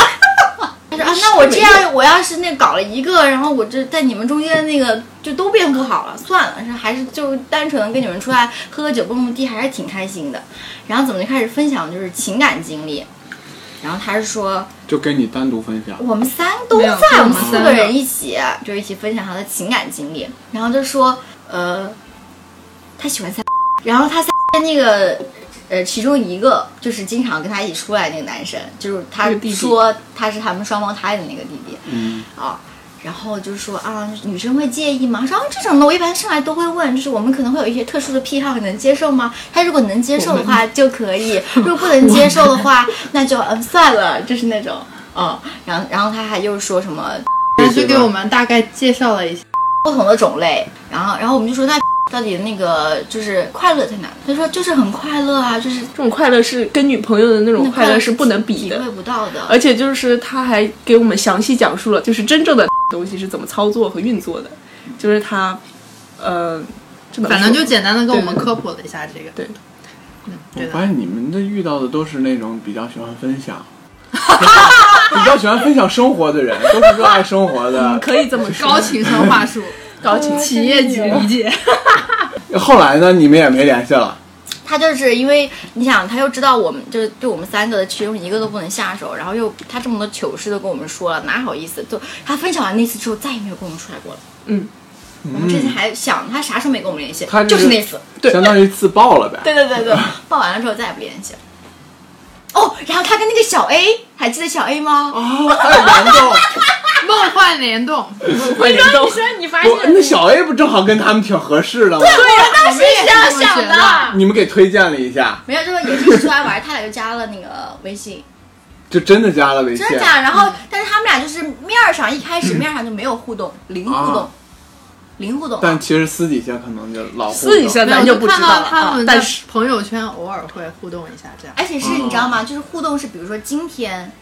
Speaker 3: 他说啊，那我这样，我要是那搞了一个，然后我这在你们中间那个就都变不好了，算了，是还是就单纯的跟你们出来喝喝酒蹦蹦迪，还是挺开心的。然后怎么就开始分享就是情感经历，然后他是说
Speaker 5: 就跟你单独分享。
Speaker 3: 我们三个都
Speaker 4: 没有就
Speaker 3: 在，
Speaker 4: 我
Speaker 3: 我
Speaker 4: 们
Speaker 3: 们
Speaker 4: 三
Speaker 3: 四
Speaker 4: 个
Speaker 3: 个人一起就一起分享他的情感经历，然后就说呃，他喜欢三， 然后他三那个呃其中一个就是经常跟他一起出来那个男生，就是他
Speaker 4: 那嗯个弟弟
Speaker 3: 说他是他们双胞胎的那个弟弟，
Speaker 5: 嗯，
Speaker 3: 啊，然后就说啊，女生会介意吗？说啊，这种的我一般上来都会问，就是我们可能会有一些特殊的癖好，你能接受吗？他如果能接受的话就可 以，如果不能接受的话，那就嗯算了，就是那种嗯，然后然后他还又说什么
Speaker 7: 然后就给我们大概介绍了一下，
Speaker 3: 不同的种类，然后然后我们就说那到底那个就是快乐在哪？他说就是很快乐啊，就是
Speaker 4: 这种快乐是跟女朋友的那种快乐是不能比
Speaker 3: 体
Speaker 4: 的，
Speaker 3: 会不到的，
Speaker 4: 而且就是他还给我们详细讲述了，就是真正的东西是怎么操作和运作的，就是他，呃，这能
Speaker 7: 反正
Speaker 4: 说
Speaker 7: 就简单的跟我们
Speaker 4: 对
Speaker 7: 科普了一下这个。
Speaker 4: 对，
Speaker 7: 嗯，
Speaker 5: 我
Speaker 7: 对
Speaker 5: 发
Speaker 7: 的。
Speaker 5: 现你们的遇到的都是那种比较喜欢分享，比较喜欢分享生活的人，都是热爱生活的。
Speaker 4: 可以这么说
Speaker 7: 高，情商话术，
Speaker 4: 高情
Speaker 7: 企业级理解。
Speaker 5: 后来呢，你们也没联系了。
Speaker 3: 他就是因为你想，他又知道我们就是对我们三个的其中一个都不能下手，然后又他这么多糗事都跟我们说了，哪好意思？就他分享完那次之后，再也没有跟我们出来过了。我们之前
Speaker 5: 嗯，
Speaker 3: 还想他啥时候没跟我们联系，
Speaker 5: 他
Speaker 3: 就
Speaker 5: 就是
Speaker 3: 是那次。
Speaker 5: 相当于自爆了呗。
Speaker 3: 对对对对，报完了之后再也不联系了。哦，然后他跟那个小 A，还记得小 A 吗？
Speaker 5: 哦，太严重了！
Speaker 7: 梦幻联 动，
Speaker 4: 会 联动，
Speaker 3: 你发
Speaker 5: 我那小 A 不正好跟他们挺合适的吗？
Speaker 3: 我当时是这样
Speaker 7: 我
Speaker 3: 想
Speaker 7: 们也是这么觉
Speaker 3: 的，
Speaker 5: 你们给推荐了一下，
Speaker 3: 没有，就是也是出来玩，他俩就加了那个微信。
Speaker 5: 就真的加了微信
Speaker 3: 真。的假的？然后，但是他们俩就是面儿上一开始面儿上就没有互动，零互动
Speaker 5: 啊，
Speaker 3: 零互动啊。
Speaker 5: 但其实私底下可能就老互
Speaker 4: 私底下
Speaker 7: 没
Speaker 4: 咱
Speaker 7: 有
Speaker 4: 不知
Speaker 7: 看
Speaker 4: 道
Speaker 7: 到
Speaker 4: 了
Speaker 7: 他
Speaker 4: 啊
Speaker 7: 们。在
Speaker 4: 但是
Speaker 7: 朋友圈偶尔会互动一下这样。
Speaker 3: 而且是你知道吗？就是互动是，比如说今天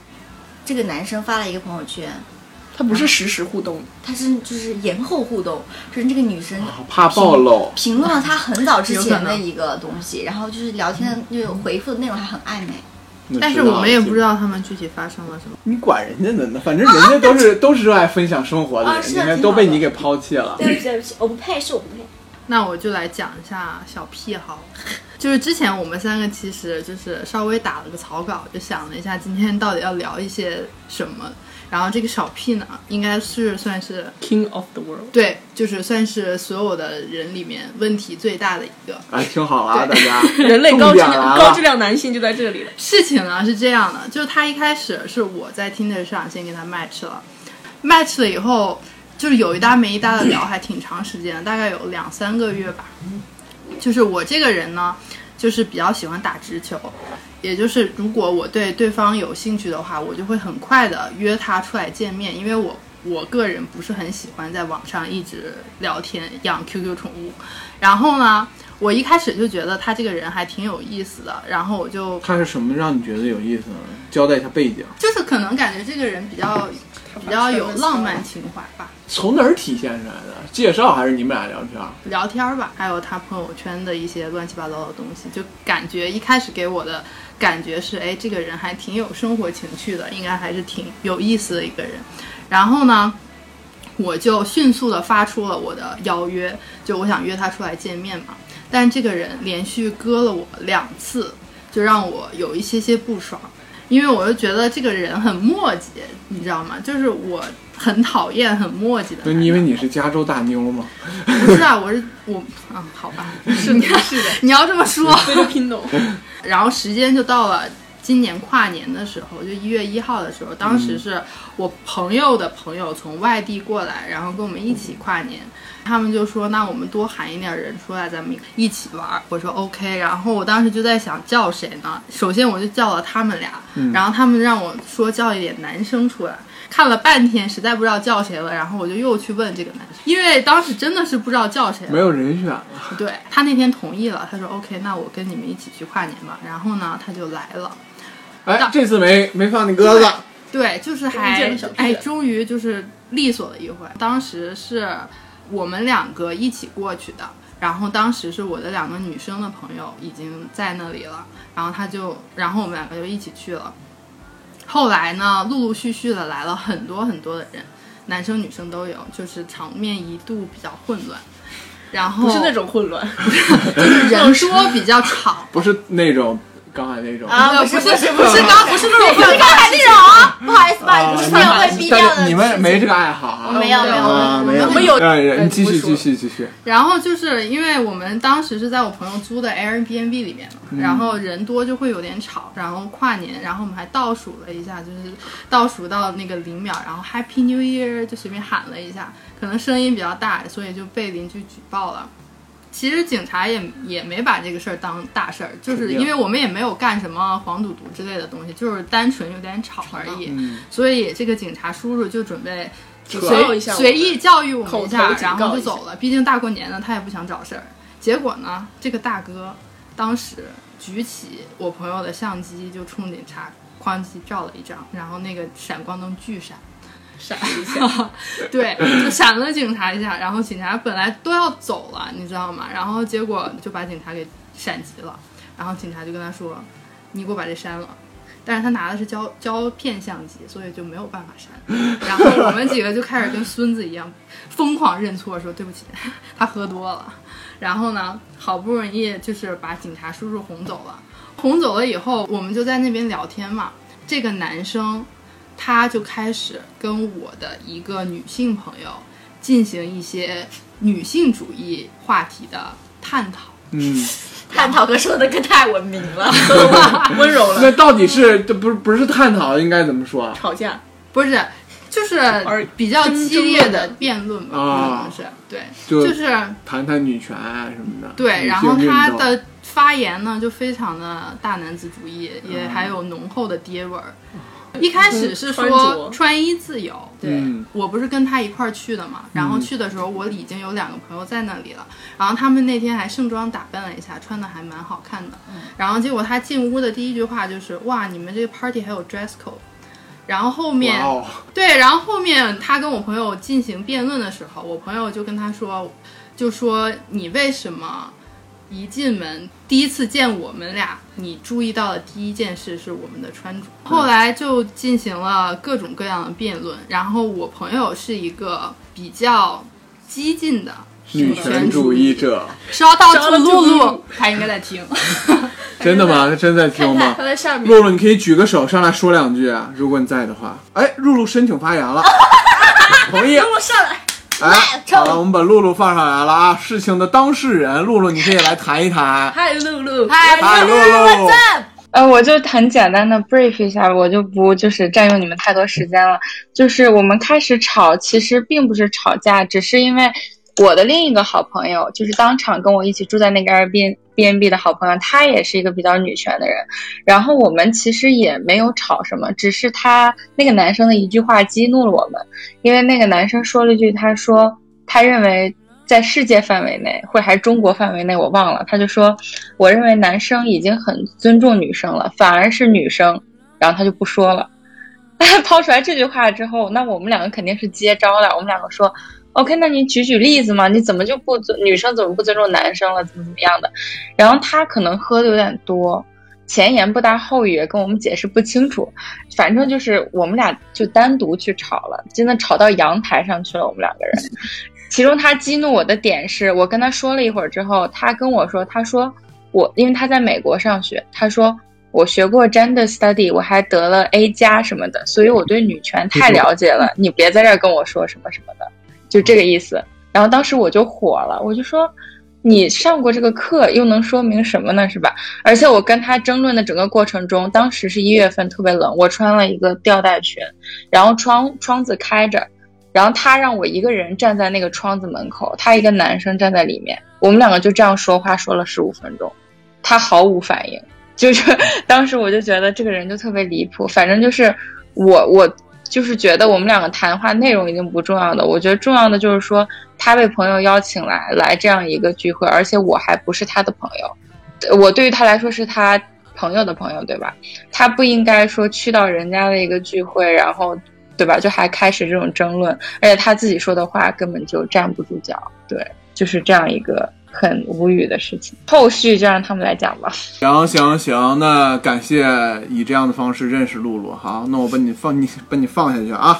Speaker 3: 这个男生发了一个朋友圈，
Speaker 4: 他不是实时互动，
Speaker 3: 他是就是延后互动，就是这个女生
Speaker 5: 动怕暴露。
Speaker 3: 评论了他很早之
Speaker 7: 有可
Speaker 3: 前的
Speaker 7: 能
Speaker 3: 一个东西，然后就是聊天就有回复的内容还很暧昧。
Speaker 5: 那
Speaker 7: 但是
Speaker 5: 知道
Speaker 7: 我们也
Speaker 5: 了
Speaker 7: 不知道他们具体发生了什么。
Speaker 5: 你管人家呢，反正人家都是、都是热爱分享生活的人，
Speaker 3: 啊是
Speaker 5: 你
Speaker 3: 的
Speaker 5: 看
Speaker 3: 挺
Speaker 5: 都被
Speaker 3: 好的
Speaker 5: 你给抛弃了。
Speaker 2: 对不起，对不起，我不配，是我不配。
Speaker 7: 那我就来讲一下小癖好，就是之前我们三个其实就是稍微打了个草稿，就想了一下今天到底要聊一些什么。然后这个小癖呢，应该是算是
Speaker 4: King of the World，
Speaker 7: 对，就是算是所有的人里面问题最大的一个。
Speaker 5: 哎，听好了啊，大家，
Speaker 4: 人类高质
Speaker 5: 重点
Speaker 4: 量
Speaker 5: 来
Speaker 4: 高质
Speaker 5: 了，
Speaker 4: 量男性就在这里了。
Speaker 7: 事情呢是这样的，就是他一开始是我在 Tinder 上先跟他 match 了，match 了以后就是有一搭没一搭的聊，还挺长时间的，大概有两三个月吧。就是我这个人呢，就是比较喜欢打直球，也就是如果我对对方有兴趣的话，我就会很快的约他出来见面，因为我我个人不是很喜欢在网上一直聊天养 QQ 宠物。然后呢，我一开始就觉得他这个人还挺有意思的，然后我就
Speaker 5: 他是什么让你觉得有意思呢？交代一下背景，
Speaker 7: 就是可能感觉这个人比较比较有浪漫情怀吧，
Speaker 5: 从哪儿体现出来的？介绍还是你们俩聊天？
Speaker 7: 聊天儿吧，还有他朋友圈的一些乱七八糟的东西，就感觉一开始给我的感觉是，哎，这个人还挺有生活情趣的，应该还是挺有意思的一个人。然后呢，我就迅速的发出了我的邀约，就我想约他出来见面嘛。但这个人连续割了我两次，就让我有一些些不爽，因为我就觉得这个人很磨叽，你知道吗？就是我很讨厌很磨叽的
Speaker 5: 对，
Speaker 7: 男
Speaker 5: 因为
Speaker 7: 的
Speaker 5: 你是加州大妞嘛，
Speaker 7: 不 是啊，我是我，嗯，好吧，
Speaker 4: 是的，是 的，
Speaker 7: 你要这么说。
Speaker 4: 这个听懂。
Speaker 7: 然后时间就到了今年跨年的时候，就一月一号的时候，当时是我朋友的朋友从外地过来，然后跟我们一起跨年。他们就说：“那我们多喊一点人出来，咱们一起玩儿。”我说：“OK。”然后我当时就在想叫谁呢？首先我就叫了他们俩，然后他们让我说叫一点男生出来。看了半天，实在不知道叫谁了，然后我就又去问这个男生，因为当时真的是不知道叫谁了
Speaker 5: 没。有人选了。
Speaker 7: 对他那天同意了，他说 OK，那我跟你们一起去跨年吧。然后呢，他就来了。
Speaker 5: 哎，这次没没放你鸽子，
Speaker 7: 对，就是
Speaker 4: 见
Speaker 7: 还
Speaker 4: 了小屁
Speaker 7: 哎，
Speaker 4: 人
Speaker 7: 终于就是利索了一回。当时是我们两个一起过去的，然后当时是我的两个女生的朋友已经在那里了，然后他就，然后我们两个就一起去了。后来呢，陆陆续续的来了很多很多的人，男生女生都有，就是场面一度比较混乱，然后
Speaker 4: 不是那种混乱，
Speaker 7: 就是人多比较吵，
Speaker 5: 不是那种刚才那种。
Speaker 2: 啊，
Speaker 7: 不
Speaker 2: 不是
Speaker 7: 是不是
Speaker 2: 不
Speaker 7: 不是刚不是那种
Speaker 2: 不是刚才那种啊，不好意思，不好意思，
Speaker 5: 你
Speaker 2: 是我会
Speaker 5: 们
Speaker 2: 逼掉
Speaker 5: 但
Speaker 2: 的。
Speaker 5: 是你们没这个爱好啊？
Speaker 2: 没有没有
Speaker 5: 啊，没有
Speaker 4: 我们有
Speaker 5: 哎，你继
Speaker 4: 哎
Speaker 5: 续
Speaker 4: 不说
Speaker 5: 继续继续。
Speaker 7: 然后就是因为我们当时是在我朋友租的 Airbnb 里面嘛，然后人多就会有点吵，然后跨年，然后我们还倒数了一下，就是倒数到那个零秒，然后 Happy New Year 就随便喊了一下，可能声音比较大，所以就被邻居举报了。其实警察也也没把这个事儿当大事儿，就是因为我们也没有干什么黄赌毒之类的东西，就是单纯有点吵而已。
Speaker 5: 嗯，
Speaker 7: 所以这个警察叔叔就准备
Speaker 4: 警告
Speaker 7: 随
Speaker 4: 一下我们
Speaker 7: 随意教育我们一
Speaker 4: 口
Speaker 7: 下
Speaker 4: 头，警告
Speaker 7: 然
Speaker 4: 一下
Speaker 7: 后就走了。毕竟大过年的，他也不想找事儿。结果呢，这个大哥当时举起我朋友的相机，就冲警察哐叽照了一张，然后那个闪光灯巨闪。
Speaker 4: 闪一 下，
Speaker 7: 对，就闪了警察一下，然后警察本来都要走了，你知道吗？然后结果就把警察给闪急了，然后警察就跟他说：“你给我把这删了。”但是他拿的是胶胶片相机，所以就没有办法删。然后我们几个就开始跟孙子一样疯狂认错，说对不起，他喝多了。然后呢，好不容易就是把警察叔叔哄走了。哄走了以后，我们就在那边聊天嘛。这个男生他就开始跟我的一个女性朋友进行一些女性主义话题的探讨。
Speaker 5: 嗯，
Speaker 2: 探讨哥说的可太文明了，
Speaker 4: 温柔了，
Speaker 5: 那到底是这不是不是探讨应该怎么说啊？
Speaker 4: 吵架，
Speaker 7: 不是，就是
Speaker 4: 而
Speaker 7: 比较激烈的辩论吧，
Speaker 5: 啊
Speaker 7: 可能是对，
Speaker 5: 就
Speaker 7: 就是
Speaker 5: 谈谈女权啊什么的。
Speaker 7: 对。
Speaker 5: 女
Speaker 7: 然后
Speaker 5: 性运
Speaker 7: 他
Speaker 5: 动
Speaker 7: 的发言呢，就非常的大男子主义，也
Speaker 5: 嗯
Speaker 7: 还有浓厚的爹味儿。一开始是
Speaker 4: 哦穿着
Speaker 7: 说穿衣自由，
Speaker 4: 对
Speaker 5: 嗯
Speaker 7: 我不是跟他一块儿去的嘛，然后去的时候我已经有两个朋友在那里了，然后他们那天还盛装打扮了一下，穿的还蛮好看的。然后结果他进屋的第一句话就是：“哇，你们这个 party 还有 dress code。”然后后面
Speaker 5: 哇哦，
Speaker 7: 对，然后后面他跟我朋友进行辩论的时候，我朋友就跟他说，就说你为什么一进门第一次见我们俩，你注意到的第一件事是我们的穿着。后来就进行了各种各样的辩论，然后我朋友是一个比较激进的
Speaker 5: 女权主义者，
Speaker 7: 刷到
Speaker 4: 刷
Speaker 7: 吐
Speaker 4: 到
Speaker 7: 露
Speaker 4: 吐露
Speaker 7: 露，他应该在听。
Speaker 5: 真的吗？他真在听吗
Speaker 4: 他？在下面
Speaker 5: 露露，你可以举个手上来说两句，啊，如果你在的话。哎，露露申请发言 了，同意。露露上来。哎，好了，我们把露露放上来了啊！事情的当事人，露露，你可以来谈一谈。
Speaker 4: 嗨，露露，
Speaker 7: 嗨
Speaker 5: 嗨，露露，
Speaker 1: 呃，我就很简单的 brief 一下，我就不就是占用你们太多时间了。就是我们开始吵，其实并不是吵架，只是因为我的另一个好朋友，就是当场跟我一起住在那个 Airbnb 的好朋友，她也是一个比较女权的人。然后我们其实也没有吵什么，只是他那个男生的一句话激怒了我们，因为那个男生说了一句，他说他认为在世界范围内，或者还是中国范围内，我忘了，他就说我认为男生已经很尊重女生了，反而是女生，然后他就不说了。抛出来这句话之后，那我们两个肯定是接招了。我们两个说，OK，那你举举例子嘛？你怎么就不尊女生怎么不尊重男生了？怎么怎么样的？然后他可能喝的有点多，前言不搭后语，跟我们解释不清楚。反正就是我们俩就单独去吵了，真的吵到阳台上去了。我们两个人，其中他激怒我的点是我跟他说了一会儿之后，他跟我说，他说我因为他在美国上学，他说我学过 gender study，我还得了 A 加什么的，所以我对女权太了解了。你别在这儿跟我说什么什么的，就这个意思。然后当时我就火了，我就说。你上过这个课，又能说明什么呢？是吧？而且我跟他争论的整个过程中，当时是一月份，特别冷，我穿了一个吊带裙，然后窗窗子开着，然后他让我一个人站在那个窗子门口，他一个男生站在里面，我们两个就这样说话说了十五分钟，他毫无反应，就是当时我就觉得这个人就特别离谱，反正就是我我。就是觉得我们两个谈话内容已经不重要了，我觉得重要的就是说他被朋友邀请来来这样一个聚会，而且我还不是他的朋友，我对于他来说是他朋友的朋友，对吧？他不应该说去到人家的一个聚会，然后对吧，就还开始这种争论，而且他自己说的话根本就站不住脚，对，就是这样一个很无语的事情。后续就让他们来讲吧。
Speaker 5: 行行行，那感谢以这样的方式认识露露。好，那我把你放你把你放下去啊。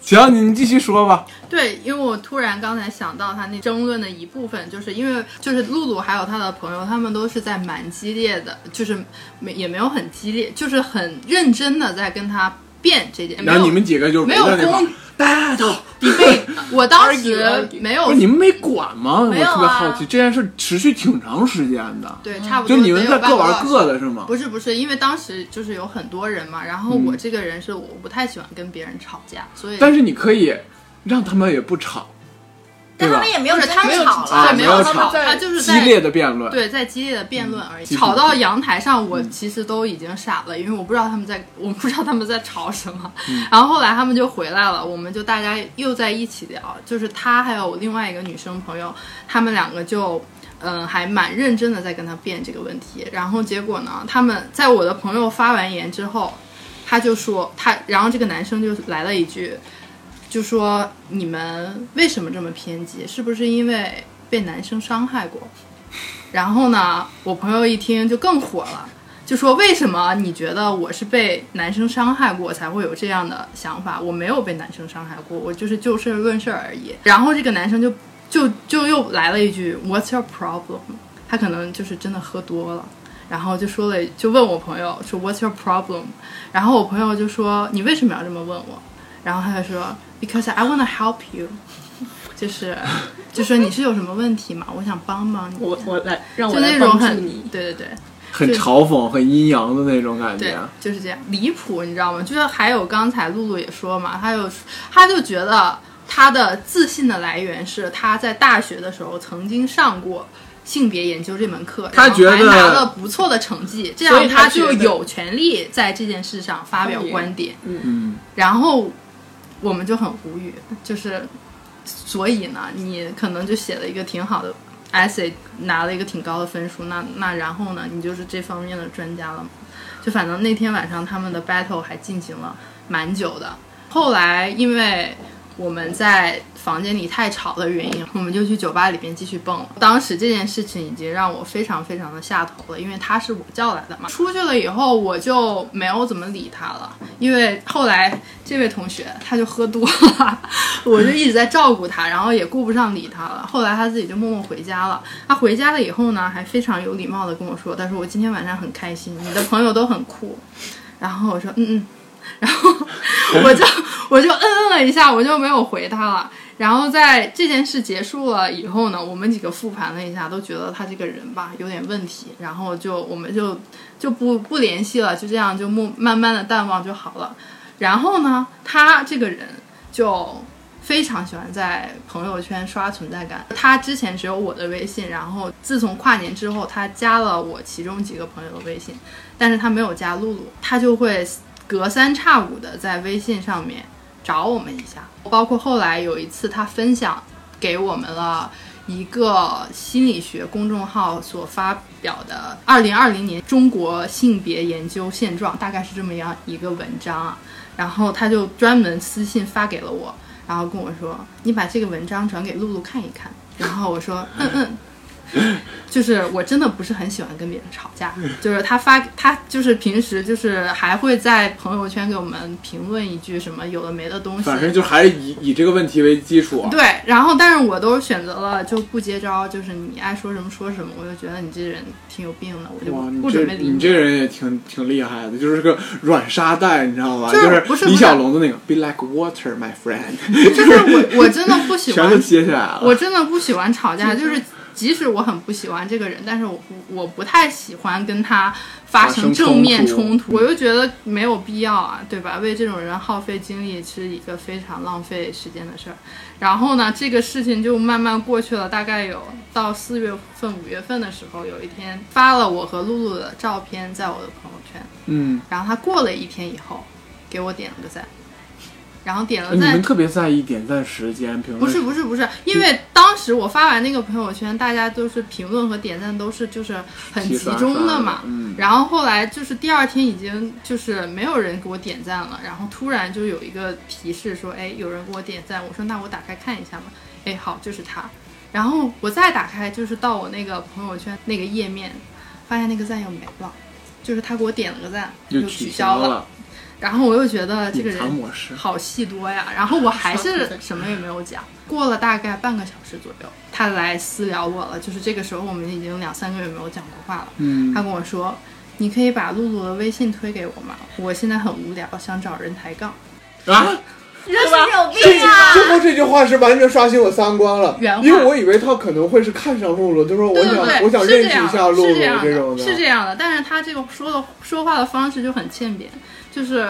Speaker 5: 行，你你继续说吧。
Speaker 7: 对，因为我突然刚才想到他那争论的一部分，就是因为就是露露还有他的朋友，他们都是在蛮激烈的，就是没也没有很激烈，就是很认真的在跟他辩这件。没
Speaker 5: 然
Speaker 7: 有
Speaker 5: 后你们几个就
Speaker 7: 没有
Speaker 5: 围在那块儿
Speaker 7: 攻
Speaker 5: battle，
Speaker 7: 我当
Speaker 4: argue，
Speaker 7: 时
Speaker 4: argue
Speaker 7: 没
Speaker 5: 不
Speaker 7: 有
Speaker 5: 是你们没管吗？我特
Speaker 7: 没
Speaker 5: 别
Speaker 7: 有啊
Speaker 5: 好奇，这件事持续挺长时间的，
Speaker 7: 对，差不多
Speaker 5: 就你们
Speaker 7: 得有
Speaker 5: 在
Speaker 7: 半
Speaker 5: 各
Speaker 7: 个多
Speaker 5: 玩
Speaker 7: 小时
Speaker 5: 各的是吗？嗯
Speaker 7: 不是不是，因为当时就是有很多人嘛，然后我这个人是我不太喜欢跟别人吵架，所以
Speaker 5: 但是你可以让他们也不吵，对
Speaker 3: 但他
Speaker 5: 吧
Speaker 3: 们？也没有
Speaker 7: 不是他
Speaker 3: 真
Speaker 7: 们
Speaker 3: 的
Speaker 7: 吵
Speaker 5: 啊
Speaker 7: 了，对，没
Speaker 5: 没有
Speaker 7: 吵，
Speaker 5: 吵
Speaker 7: 他就是
Speaker 5: 激
Speaker 7: 在
Speaker 5: 烈的辩论，
Speaker 7: 对，在激烈的辩论而已。
Speaker 5: 激烈
Speaker 7: 吵到阳台上，我其实都已经傻了，因为我不知道他们在，我不知道他们在吵什么。 然后后来他们就回来了，我们就大家又在一起聊，就是他还有我另外一个女生朋友，他们两个就。嗯，还蛮认真的在跟他辩这个问题，然后结果呢，他们在我的朋友发完言之后，他就说他，然后这个男生就来了一句，就说你们为什么这么偏激？是不是因为被男生伤害过？然后呢，我朋友一听就更火了，就说为什么你觉得我是被男生伤害过才会有这样的想法？我没有被男生伤害过，我就是就事论事而已。然后这个男生就就就又来了一句 What's your problem？他可能就是真的喝多了。然后就说了，就问我朋友说 What's your problem？然后我朋友就说你为什么要这么问我？然后他就说 Because I wanna help you，就是就说你是有什么问题吗？我想帮帮你。
Speaker 4: 我我来让我
Speaker 7: 就
Speaker 4: 来
Speaker 7: 那种
Speaker 4: 帮助
Speaker 7: 很
Speaker 4: 你，
Speaker 7: 对对对
Speaker 5: 很
Speaker 7: 对
Speaker 5: 嘲讽、很阴阳的那种感
Speaker 7: 对
Speaker 5: 觉。，
Speaker 4: 啊
Speaker 7: 就是这样离谱，你知道吗？就是还有刚才露露也说嘛，还有他就觉得他的自信的来源是他在大学的时候曾经上过。性别研究这门课，
Speaker 5: 他
Speaker 7: 然后
Speaker 5: 觉
Speaker 7: 还
Speaker 5: 得
Speaker 7: 拿了不错的成绩，这
Speaker 4: 所以
Speaker 7: 样
Speaker 4: 他
Speaker 7: 就
Speaker 4: 觉得
Speaker 7: 有权利在这件事上发表
Speaker 4: 发言
Speaker 7: 观点。
Speaker 5: 嗯，
Speaker 7: 然后我们就很无语，就是所以呢，你可能就写了一个挺好的 essay，拿了一个挺高的分数，那那然后呢，你就是这方面的专家了嘛。就反正那天晚上他们的 battle 还进行了蛮久的，后来因为我们在房间里太吵的原因，我们就去酒吧里边继续蹦了。当时这件事情已经让我非常非常的下头了，因为他是我叫来的嘛。出去了以后，我就没有怎么理他了，因为后来这位同学他就喝多了，我就一直在照顾他，然后也顾不上理他了。后来他自己就默默回家了。他回家了以后呢，还非常有礼貌的跟我说：“他说我今天晚上很开心，你的朋友都很酷。”然后我说：“嗯嗯。”然后我就我就嗯嗯了一下，我就没有回他了。然后在这件事结束了以后呢，我们几个复盘了一下，都觉得他这个人吧有点问题，然后就我们就就不不联系了，就这样就默慢慢的淡忘就好了。然后呢，他这个人就非常喜欢在朋友圈刷存在感。他之前只有我的微信，然后自从跨年之后，他加了我其中几个朋友的微信，但是他没有加露露，他就会隔三差五的在微信上面找我们一下。包括后来有一次，他分享给我们了。一个心理学公众号所发表的《二零二零年中国性别研究现状》，大概是这么样一个文章啊。然后他就专门私信发给了我，然后跟我说：“你把这个文章转给露露看一看。”然后 我说：“嗯嗯。”就是我真的不是很喜欢跟别人吵 架，就是他发他就是平时就是还会在朋友圈给我们评论一句什么有的没的东西，
Speaker 5: 反正就还是以以这个问题为基础啊。
Speaker 7: 对，然后但是我都选择了就不接招，就是你爱说什么说什么，我就觉得你这人挺有病的，我就
Speaker 5: 哇，
Speaker 7: 不
Speaker 5: 你
Speaker 7: 不
Speaker 5: 这
Speaker 7: 准备理
Speaker 5: 你这人也挺挺厉害的，就是个软沙袋，你知道吧？
Speaker 7: 就
Speaker 5: 就是
Speaker 7: 不是
Speaker 5: 李
Speaker 7: 不是
Speaker 5: 小龙的那个 “Be like water, my friend”，
Speaker 7: 就是 我我真的不 喜
Speaker 5: 全
Speaker 7: 欢
Speaker 5: 都，接下来了。
Speaker 7: 我真的不喜欢吵
Speaker 5: 嗯
Speaker 7: 架，就是即使我很不喜欢这个人，但是我不我不太喜欢跟他发
Speaker 5: 发
Speaker 7: 生
Speaker 5: 生
Speaker 7: 正面
Speaker 5: 冲突嗯
Speaker 7: 冲突，我就觉得没有必要啊，对吧？为这种人耗费精力是一个非常浪费时间的事儿。然后呢，这个事情就慢慢过去了，大概有到四月份、五月份的时候，有一天发了我和露露的照片在我的朋友圈，
Speaker 5: 嗯，
Speaker 7: 然后他过了一天以后，给我点了个赞，然后点了
Speaker 5: 哎你
Speaker 7: 赞
Speaker 5: 们特别在意点赞时间，评论
Speaker 7: 不是不是不是，因
Speaker 5: 嗯
Speaker 7: 为当时我发完那个朋友圈，大家都是评论和点赞都是就是很
Speaker 5: 齐
Speaker 7: 集
Speaker 5: 刷
Speaker 7: 中
Speaker 5: 刷
Speaker 7: 的
Speaker 5: 的
Speaker 7: 嘛。
Speaker 5: 嗯
Speaker 7: 然后后来就是第二天已经就是没有人给我点赞了，然后突然就有一个提示说，哎，有人给我点赞。我说那我打开看一下吧。哎，好，就是他。然后我再打开，就是到我那个朋友圈那个页面，发现那个赞又没了，就是他给我点了个赞
Speaker 5: 就
Speaker 7: 取
Speaker 5: 消
Speaker 7: 了。
Speaker 5: 了
Speaker 7: 然后我又觉得这个
Speaker 5: 隐藏
Speaker 7: 人
Speaker 5: 模式。
Speaker 7: 好戏多呀，然后我还是什么也没有讲。过了大概半个小时左右，他来私聊我了，就是这个时候我们已经两三个月没有讲过话了。
Speaker 5: 嗯
Speaker 7: 他，跟我说：“你可以把露露的微信推给我吗？我现在很无聊，想找人抬杠。
Speaker 5: 啊，
Speaker 3: 人是有病啊！
Speaker 5: 最后这句话是完全刷新我三观了
Speaker 7: 原话
Speaker 5: 因为我以为他可能会是看上露露，就说”我
Speaker 7: 对对
Speaker 5: 想
Speaker 7: 对，
Speaker 5: 我想
Speaker 7: 是这
Speaker 5: 认识一
Speaker 7: 样
Speaker 5: 下
Speaker 7: 的，
Speaker 5: 露
Speaker 7: 是
Speaker 5: 露
Speaker 7: 这样
Speaker 5: 种
Speaker 7: 的，
Speaker 5: 的，
Speaker 7: 是这样的。但是他这个说的说话的方式就很欠扁，就是。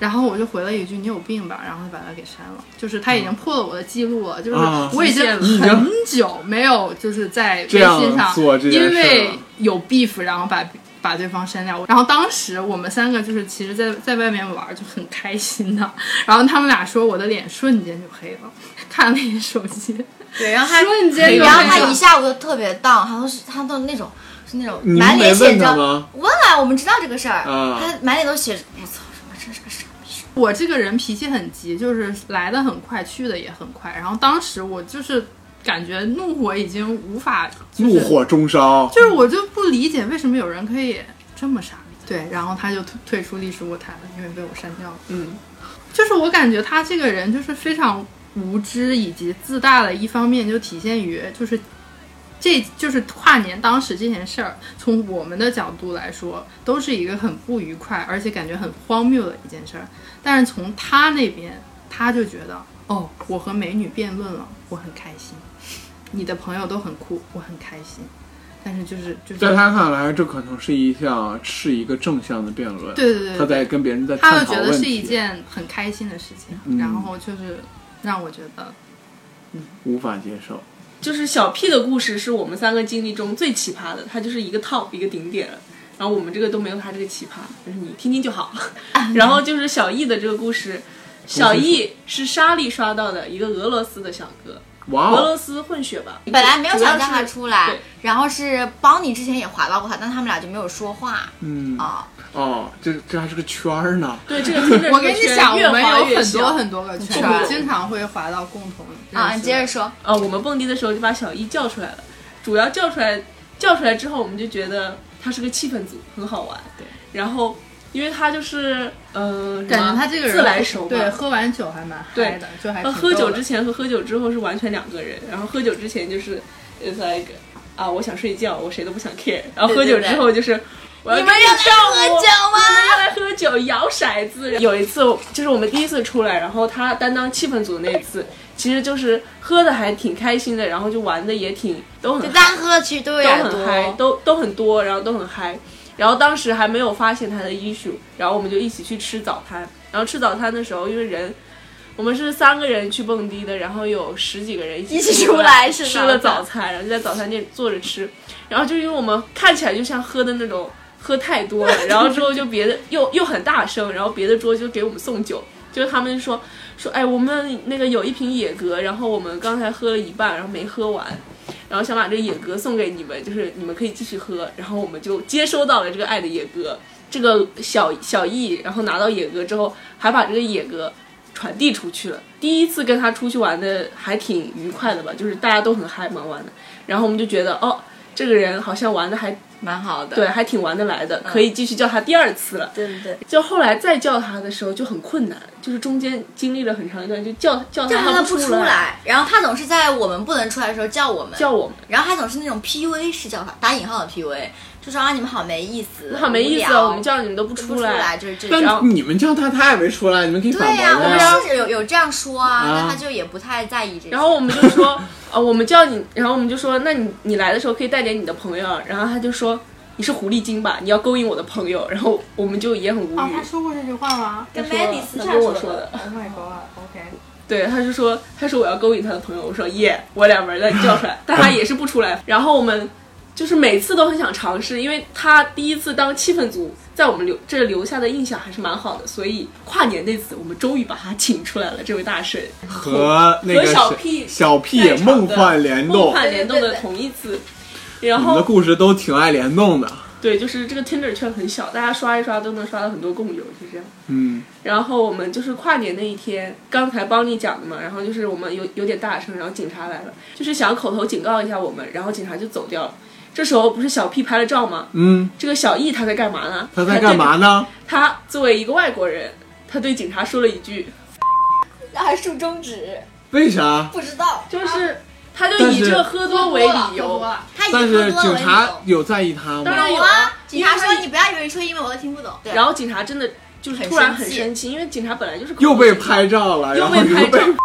Speaker 7: 然后我就回了一句“你有病吧”，然后就把他给删了。就是他已经破了我的记录了，就是
Speaker 5: 嗯啊
Speaker 7: 我已经
Speaker 5: 已经
Speaker 7: 很久没有就是在微
Speaker 5: 这样
Speaker 7: 信上
Speaker 5: 做这件
Speaker 7: 因
Speaker 5: 事
Speaker 7: 为
Speaker 5: 了
Speaker 7: 有 beef，然后把把对方删掉。然后当时我们三个就是其实在在外面玩儿就很开心的，然后他们俩说我的脸瞬间就黑了，看了一眼手机，
Speaker 3: 对，然后他
Speaker 7: 瞬间就
Speaker 3: 然后
Speaker 7: 黑
Speaker 3: 他
Speaker 7: 了
Speaker 3: 一。下午就特别荡，他都是他都那种是那种
Speaker 5: 你们
Speaker 3: 满脸
Speaker 5: 没问
Speaker 3: 写
Speaker 5: 他
Speaker 3: 着
Speaker 5: 吗
Speaker 3: 问啊，我们知道这个事儿，
Speaker 4: 嗯
Speaker 5: 啊
Speaker 3: 他满脸都写着我操，什么这是个傻逼，
Speaker 7: 我这个人脾气很急，就是来的很快，去的也很快。然后当时我就是感觉怒火已经无法，就是
Speaker 5: 怒火中烧。
Speaker 7: 就是我就不理解为什么有人可以这么傻逼。对，然后他就退退出历史舞台了，因为被我删掉了。
Speaker 4: 嗯，
Speaker 7: 就是我感觉他这个人就是非常无知以及自大的一方面，就体现于就是这就是跨年当时这件事儿，从我们的角度来说，都是一个很不愉快，而且感觉很荒谬的一件事儿。但是从他那边，他就觉得哦，我和美女辩论了，我很开心，你的朋友都很酷，我很开心。但是就是就是
Speaker 5: 在他看来，这可能是一项是一个正向的辩论。
Speaker 7: 对对对对
Speaker 5: 他在跟别人在
Speaker 7: 他
Speaker 5: 探
Speaker 7: 就
Speaker 5: 讨
Speaker 7: 觉
Speaker 5: 问
Speaker 7: 得是
Speaker 5: 题，
Speaker 7: 一件很开心的事情，
Speaker 5: 嗯
Speaker 7: 然后就是让我觉得
Speaker 5: 无法接受。
Speaker 4: 就是小 P 的故事是我们三个经历中最奇葩的，他就是一个 top 一个顶点，然后我们这个都没有他这个奇葩，就是你听听就 好。然后就是小易的这个故事，小易是莎莉刷到的一个俄罗斯的小哥，
Speaker 5: 哇
Speaker 4: 俄罗
Speaker 5: 哦，
Speaker 4: 斯混血吧，
Speaker 3: 本来没有想让他
Speaker 4: 他
Speaker 3: 出来
Speaker 4: 对，
Speaker 3: 然后是邦尼之前也划到过他，但他们俩就没有说话
Speaker 5: 嗯，
Speaker 3: 啊，
Speaker 5: 哦，这这还是个圈儿呢。
Speaker 4: 对这个听着
Speaker 7: 我跟你讲，
Speaker 4: 越
Speaker 7: 我们
Speaker 4: 滑
Speaker 7: 有
Speaker 4: 越
Speaker 7: 很多
Speaker 4: 小
Speaker 7: 很多个圈
Speaker 3: 圈
Speaker 7: 儿，
Speaker 3: 儿
Speaker 7: 经常会滑到共同认识
Speaker 3: 啊，
Speaker 7: 的
Speaker 3: 你接着说，
Speaker 4: 啊，我们蹦嗯迪的时候就把小一叫出来了，主要叫出来，叫出来之后，我们就觉得他是个气氛组，很好玩。对，然后因为他就是呃，
Speaker 7: 感
Speaker 4: 什
Speaker 7: 觉
Speaker 4: 么
Speaker 7: 他这个人
Speaker 4: 自来熟
Speaker 7: 对，
Speaker 4: 嘛。
Speaker 7: 喝完酒还蛮嗨的，就还
Speaker 4: 呃，
Speaker 7: 挺
Speaker 4: 喝酒
Speaker 7: 逗的
Speaker 4: 之前和喝酒之后是完全两个人。然后喝酒之前就是 it's like 啊，我想睡觉，我谁都不想 care。然后喝
Speaker 3: 对对
Speaker 4: 酒
Speaker 3: 对
Speaker 4: 之后就是我要
Speaker 3: 你
Speaker 4: 跟
Speaker 3: 们要来
Speaker 4: 跳
Speaker 3: 喝
Speaker 4: 舞。
Speaker 3: 酒吗？
Speaker 4: 他来喝酒摇骰子。有一次，就是我们第一次出来，然后他担当气氛组那一次，其实就是喝的还挺开心的，然后就玩的也挺都
Speaker 3: 就
Speaker 4: 很
Speaker 3: 大家喝的其实都有
Speaker 4: 都
Speaker 3: 点
Speaker 4: 很嗨，
Speaker 3: 多，
Speaker 4: 都都很多，然后都很嗨。然后当时还没有发现他的 issue，然后我们就一起去吃早餐。然后吃早餐的时候，因为人我们是三个人去蹦迪的，然后有十几个人一起
Speaker 3: 一起
Speaker 4: 出
Speaker 3: 出来吃
Speaker 4: 吃了
Speaker 3: 早
Speaker 4: 早餐，然后就在早餐店坐着吃，然后就因为我们看起来就像喝的那种，喝太多了，然后之后就别的又又很大声，然后别的桌就给我们送酒，就是他们说说哎我们那个有一瓶野格，然后我们刚才喝了一半，然后没喝完。然后想把这个野格送给你们，就是你们可以继续喝。然后我们就接收到了这个爱的野格，这个小小易，然后拿到野格之后，还把这个野格传递出去了。第一次跟他出去玩的还挺愉快的吧，就是大家都很嗨嘛玩的。然后我们就觉得，哦，这个人好像玩的还
Speaker 3: 蛮好的。
Speaker 4: 对，还挺玩得来的，可以继续叫他第二次了。
Speaker 3: 对对对，
Speaker 4: 就后来再叫他的时候就很困难，就是中间经历了很长一段，就叫叫
Speaker 3: 但
Speaker 4: 他
Speaker 3: 是
Speaker 4: 他
Speaker 3: 他
Speaker 4: 不
Speaker 3: 不出
Speaker 4: 来，
Speaker 3: 来，然后他总是在我们不能出来的时候叫我们，
Speaker 4: 叫我们。
Speaker 3: 然后他总是那种 PUA 式叫法，打引号的 PUA，就说啊你们好没意思，
Speaker 4: 好没意思
Speaker 3: 无
Speaker 4: 啊！
Speaker 3: 聊
Speaker 4: 我们叫你们都不
Speaker 3: 不出
Speaker 4: 来，
Speaker 3: 就是这种。
Speaker 4: 后
Speaker 5: 但你们叫他，他也没出来，你们可以反
Speaker 3: 对呀、
Speaker 5: 驳
Speaker 3: 我
Speaker 5: 他
Speaker 3: 们是有有这样说啊，
Speaker 5: 啊
Speaker 3: 但他就也不太在意这些。
Speaker 4: 然后我们就说，呃，我们叫你，然后我们就说，那你你来的时候可以带点你的朋友啊。然后他就说，你是狐狸精吧？你要勾引我的朋友。然后我们就也很无
Speaker 7: 哦，
Speaker 4: 语
Speaker 7: 他。说过这句话吗
Speaker 3: 跟
Speaker 4: 说
Speaker 3: Mandy 私
Speaker 4: 他
Speaker 3: 下
Speaker 4: 跟我
Speaker 3: 说
Speaker 4: 说
Speaker 3: 的
Speaker 4: 的，
Speaker 7: ？Oh my god，OK，
Speaker 4: 对，他就说，他说我要勾引他的朋友。我说耶，我俩门儿你叫出来，但他也是不出来。然后我们就是每次都很想尝试，因为他第一次当气氛组，在我们留这留下的印象还是蛮好的。所以跨年那次，我们终于把他请出来了，这位大神。
Speaker 5: 和那个
Speaker 4: 和小屁
Speaker 5: 小屁梦幻联动，
Speaker 4: 梦幻联动
Speaker 3: 对
Speaker 4: 的
Speaker 3: 对对
Speaker 4: 同义词。然
Speaker 5: 你们的
Speaker 4: 后
Speaker 5: 故事都挺爱联动的。
Speaker 4: 对，就是这个 Tinder 圈很小，大家刷一刷都能刷到很多共友，就这样。
Speaker 5: 嗯，
Speaker 4: 然后我们就是跨年那一天，刚才帮你讲的嘛，然后就是我们有有点大声，然后警察来了，就是想口头警告一下我们，然后警察就走掉了。这时候不是小 P 拍了照吗？
Speaker 5: 嗯，
Speaker 4: 这个小 E 他在干嘛呢？
Speaker 5: 他在干嘛呢？
Speaker 4: 他对？他作为一个外国人，他对警察说了一句，
Speaker 3: 还竖中指，
Speaker 5: 为啥？
Speaker 3: 不知道，
Speaker 5: 啊
Speaker 4: 就是他就
Speaker 5: 但
Speaker 4: 以
Speaker 5: 是
Speaker 4: 这个喝多为理由，
Speaker 3: 他以
Speaker 5: 但
Speaker 3: 喝
Speaker 5: 是
Speaker 3: 多了
Speaker 5: 警
Speaker 3: 为
Speaker 5: 察
Speaker 3: 由。
Speaker 5: 有在意他
Speaker 4: 当
Speaker 5: 吗
Speaker 4: 然？
Speaker 3: 有啊，警察说你不要以为你说英文我都听不懂。对，
Speaker 4: 然后警察真的就是突然
Speaker 3: 很
Speaker 4: 很
Speaker 3: 生气
Speaker 4: 生气，因为警察本来就是口
Speaker 5: 又
Speaker 4: 头
Speaker 5: 被
Speaker 4: 警告
Speaker 5: 拍照了，然
Speaker 4: 又
Speaker 5: 后
Speaker 4: 被拍
Speaker 5: 又
Speaker 4: 照
Speaker 5: 被， 嗯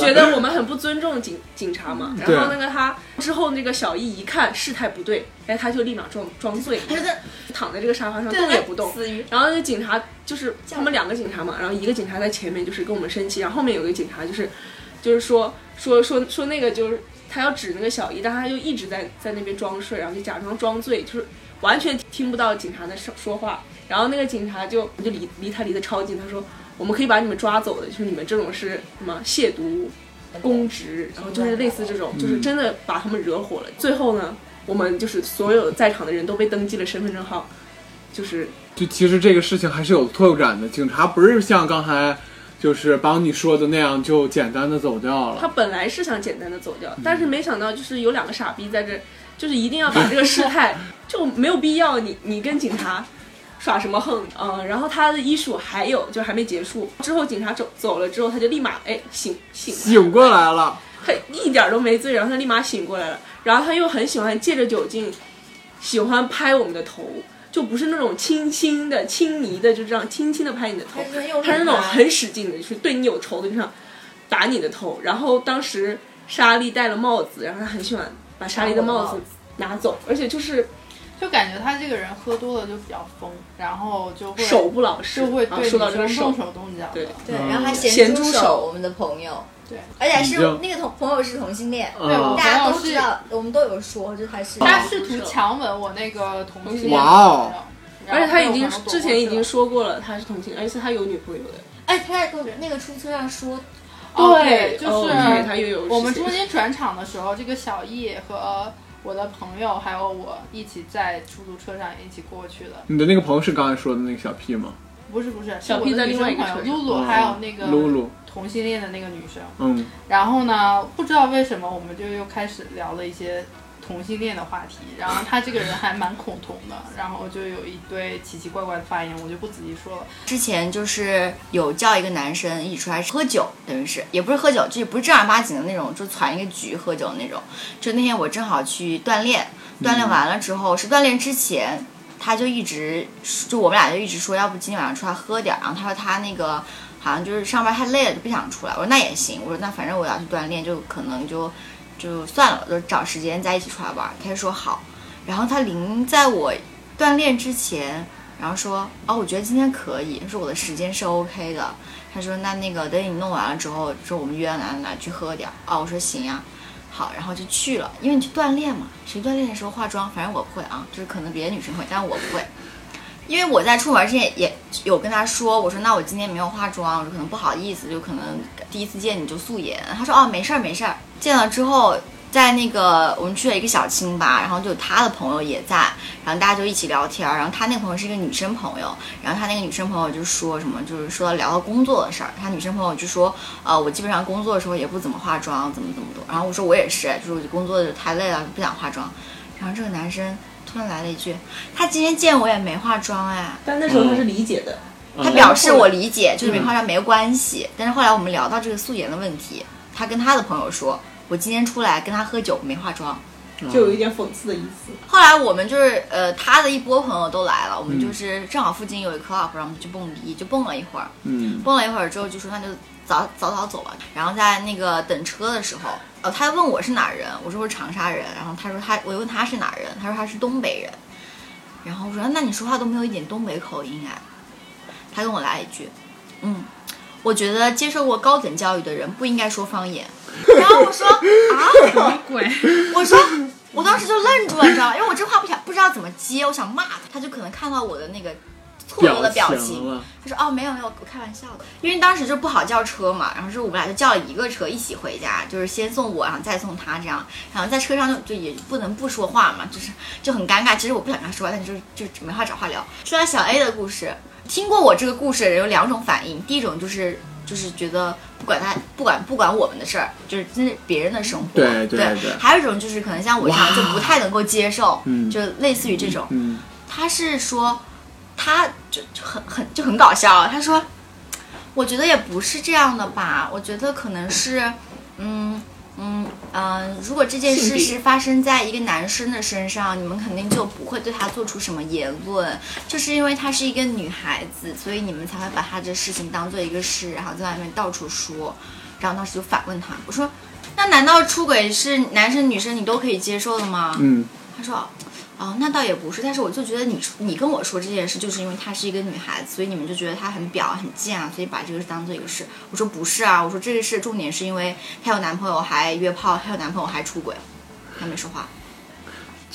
Speaker 4: 觉得我们很不尊重警警察嘛。
Speaker 5: 对
Speaker 4: 然后那个他之后那个小易一看事态不对，哎，他就立马装装醉，
Speaker 3: 他就在
Speaker 4: 躺在这个沙发上动也不动。
Speaker 3: 死鱼，
Speaker 4: 然后那个警察就是他们两个警察嘛，然后一个警察在前面就是跟我们生气，然后后面有个警察就是就是说说说说那个就是他要指那个小易，但他就一直在在那边装睡，然后就假装装醉，就是完全听不到警察在说说话。然后那个警察就就离离他离得超近，他说我们可以把你们抓走的，就是你们这种是什么亵渎公职，然后就是类似这种，就是真的把他们惹火了。最后呢，我们就是所有在场的人都被登记了身份证号，就是
Speaker 5: 就其实这个事情还是有拓展的。警察不是像刚才就是帮你说的那样就简单的走掉
Speaker 4: 他
Speaker 5: 了。
Speaker 4: 本来是想简单的走掉，但是没想到就是有两个傻逼在这，就是一定要把这个事态就没有必要你你跟警察耍什么横，嗯，然后他的医术还有就还没结束，之后警察走走了之后，他就立马哎醒醒了，
Speaker 5: 醒过来了，
Speaker 4: 他一点都没醉，然后他立马醒过来了，然后他又很喜欢借着酒劲，喜欢拍我们的头。就不是那种轻轻的、轻昵的，就这样轻轻的拍你的头，
Speaker 3: 他是用力
Speaker 4: 他是那种
Speaker 3: 拍
Speaker 4: 很使劲的，就是对你有仇的就想打你的头。然后当时莎莉戴了帽子，然后他很喜欢把莎莉的帽子拿走，而且就是
Speaker 7: 就感觉他这个人喝多了就比较疯，然后就会
Speaker 4: 手不老实，
Speaker 7: 就会
Speaker 4: 然后
Speaker 7: 对
Speaker 4: 啊说到这
Speaker 7: 女
Speaker 4: 个
Speaker 7: 生动
Speaker 4: 手，
Speaker 7: 手动脚的
Speaker 4: 对。
Speaker 3: 对，然后还
Speaker 4: 咸
Speaker 3: 咸
Speaker 4: 猪
Speaker 3: 猪
Speaker 4: 手
Speaker 3: 我们的朋友，
Speaker 7: 对，
Speaker 3: 而且还是
Speaker 5: 你知道
Speaker 3: 那个同朋友是同性恋，
Speaker 7: 对我
Speaker 5: 啊
Speaker 3: 大家
Speaker 7: 朋
Speaker 3: 都
Speaker 7: 友是
Speaker 3: 知道，我们都有说，就他是
Speaker 7: 他试图强吻我那个同性恋
Speaker 5: 哇哦
Speaker 7: 朋友，
Speaker 4: 而且他已经
Speaker 7: 然后被我朋友躲过
Speaker 4: 之前已
Speaker 7: 去
Speaker 4: 经
Speaker 7: 了
Speaker 4: 说过了，他是同性，而且他有女朋友的。
Speaker 3: 哎，他在跟我那个出租车上说，
Speaker 7: 哦对，就
Speaker 4: 哦对他
Speaker 7: 是
Speaker 4: 又有
Speaker 7: 我们
Speaker 4: 事情
Speaker 7: 中间转场的时候，这个小易和我的朋友还有我一起在出租车上一起过去的，
Speaker 5: 你的那个朋友是刚才说的那个小 P 吗？哦
Speaker 7: 不是不是，是
Speaker 4: 小
Speaker 7: 我
Speaker 4: P
Speaker 7: 的
Speaker 4: 在
Speaker 7: 女
Speaker 4: 另外
Speaker 7: 生
Speaker 4: 一个
Speaker 7: 朋友
Speaker 4: 车上
Speaker 7: 露露，还有那个
Speaker 5: 露露
Speaker 7: 同性恋的那个女生。
Speaker 5: 嗯，
Speaker 7: 然后呢，不知道为什么我们就又开始聊了一些同性恋的话题。然后他这个人还蛮恐同的，然后就有一堆奇奇怪怪的发言，我就不仔细说了。
Speaker 3: 之前就是有叫一个男生一起出来喝酒，等于是也不是喝酒，就也不是正儿八经的那种，就攒一个局喝酒那种。就那天我正好去锻炼，锻炼完了之后、是锻炼之前，他就一直就我们俩就一直说，要不今天晚上出来喝点儿。然后他说他那个好像就是上班太累了，就不想出来。我说那也行，我说那反正我要去锻炼，就可能就就算了，就找时间再一起出来玩儿。他就说好，然后他临在我锻炼之前。然后说哦，我觉得今天可以，说我的时间是 OK 的。他说那那个等你弄完了之后，说我们约哪哪哪去喝点儿啊，我说行呀、好，然后就去了，因为你去锻炼嘛，谁锻炼的时候化妆，反正我不会啊，就是可能别的女生会，但我不会。因为我在出门之前也有跟他说，我说那我今天没有化妆，我说可能不好意思，就可能第一次见你就素颜。他说哦没事儿没事儿。见了之后，在那个我们去了一个小清吧，然后就有他的朋友也在，然后大家就一起聊天儿。然后他那个朋友是一个女生朋友，然后他那个女生朋友就说什么，就是说聊到工作的事儿，他女生朋友就说呃我基本上工作的时候也不怎么化妆，怎么怎么的。然后我说我也是，就是我工作太累了不想化妆。然后这个男生突然来了一句，他今天见我也没化妆哎。
Speaker 4: 但那时候他是理解的，
Speaker 3: 他表示我理解，就是没化妆没关系。但是后来我们聊到这个素颜的问题，他跟他的朋友说，我今天出来跟他喝酒没化妆。
Speaker 4: 就有一点讽刺的意思。
Speaker 3: 后来我们就是呃，他的一波朋友都来了，我们就是正好附近有一 club，然后我们去蹦迪，就蹦了一会儿。
Speaker 5: 嗯，
Speaker 3: 蹦了一会儿之后就说那就早早早走吧。然后在那个等车的时候，呃，他问我是哪儿人，我说我是长沙人。然后他说他，我问他是哪儿人，他说他是东北人。然后我说那你说话都没有一点东北口音哎。他跟我来一句，嗯，我觉得接受过高等教育的人不应该说方言。然后我说啊，
Speaker 4: 鬼，
Speaker 3: 我说，我当时就愣住了，你知道吗？因为我这话不想不知道怎么接，我想骂他，他就可能看到我的那个错愕的表情，
Speaker 5: 嗯了，
Speaker 3: 他说哦没有没有，我开玩笑的，因为当时就不好叫车嘛，然后是我们俩就叫了一个车一起回家，就是先送我，然后再送他这样，然后在车上就就也不能不说话嘛，就是就很尴尬。其实我不想跟他说话，但就是就没话找话聊。说到小 A 的故事，听过我这个故事的人有两种反应，第一种就是。就是觉得不管他不管不管我们的事儿，就是那是别人的生活。
Speaker 5: 对对
Speaker 3: 对
Speaker 5: 对
Speaker 3: 还有一种就是可能像我这样就不太能够接受，
Speaker 5: 嗯
Speaker 3: 就类似于这种。
Speaker 5: 嗯，
Speaker 3: 他是说，他就就很很就很搞笑啊，他说，我觉得也不是这样的吧，我觉得可能是，嗯。嗯嗯、呃如果这件事是发生在一个男生的身上，你们肯定就不会对他做出什么言论，就是因为她是一个女孩子，所以你们才会把她这事情当做一个事，然后在外面到处说。然后当时就反问他，我说：“那难道出轨是男生女生你都可以接受的吗？”
Speaker 5: 嗯，
Speaker 3: 他说，哦，那倒也不是，但是我就觉得你你跟我说这件事，就是因为她是一个女孩子，所以你们就觉得她很婊很贱啊，所以把这个事当做一个事。我说不是啊，我说这个事重点是因为她有男朋友还约炮，她有男朋友还出轨，她没说话。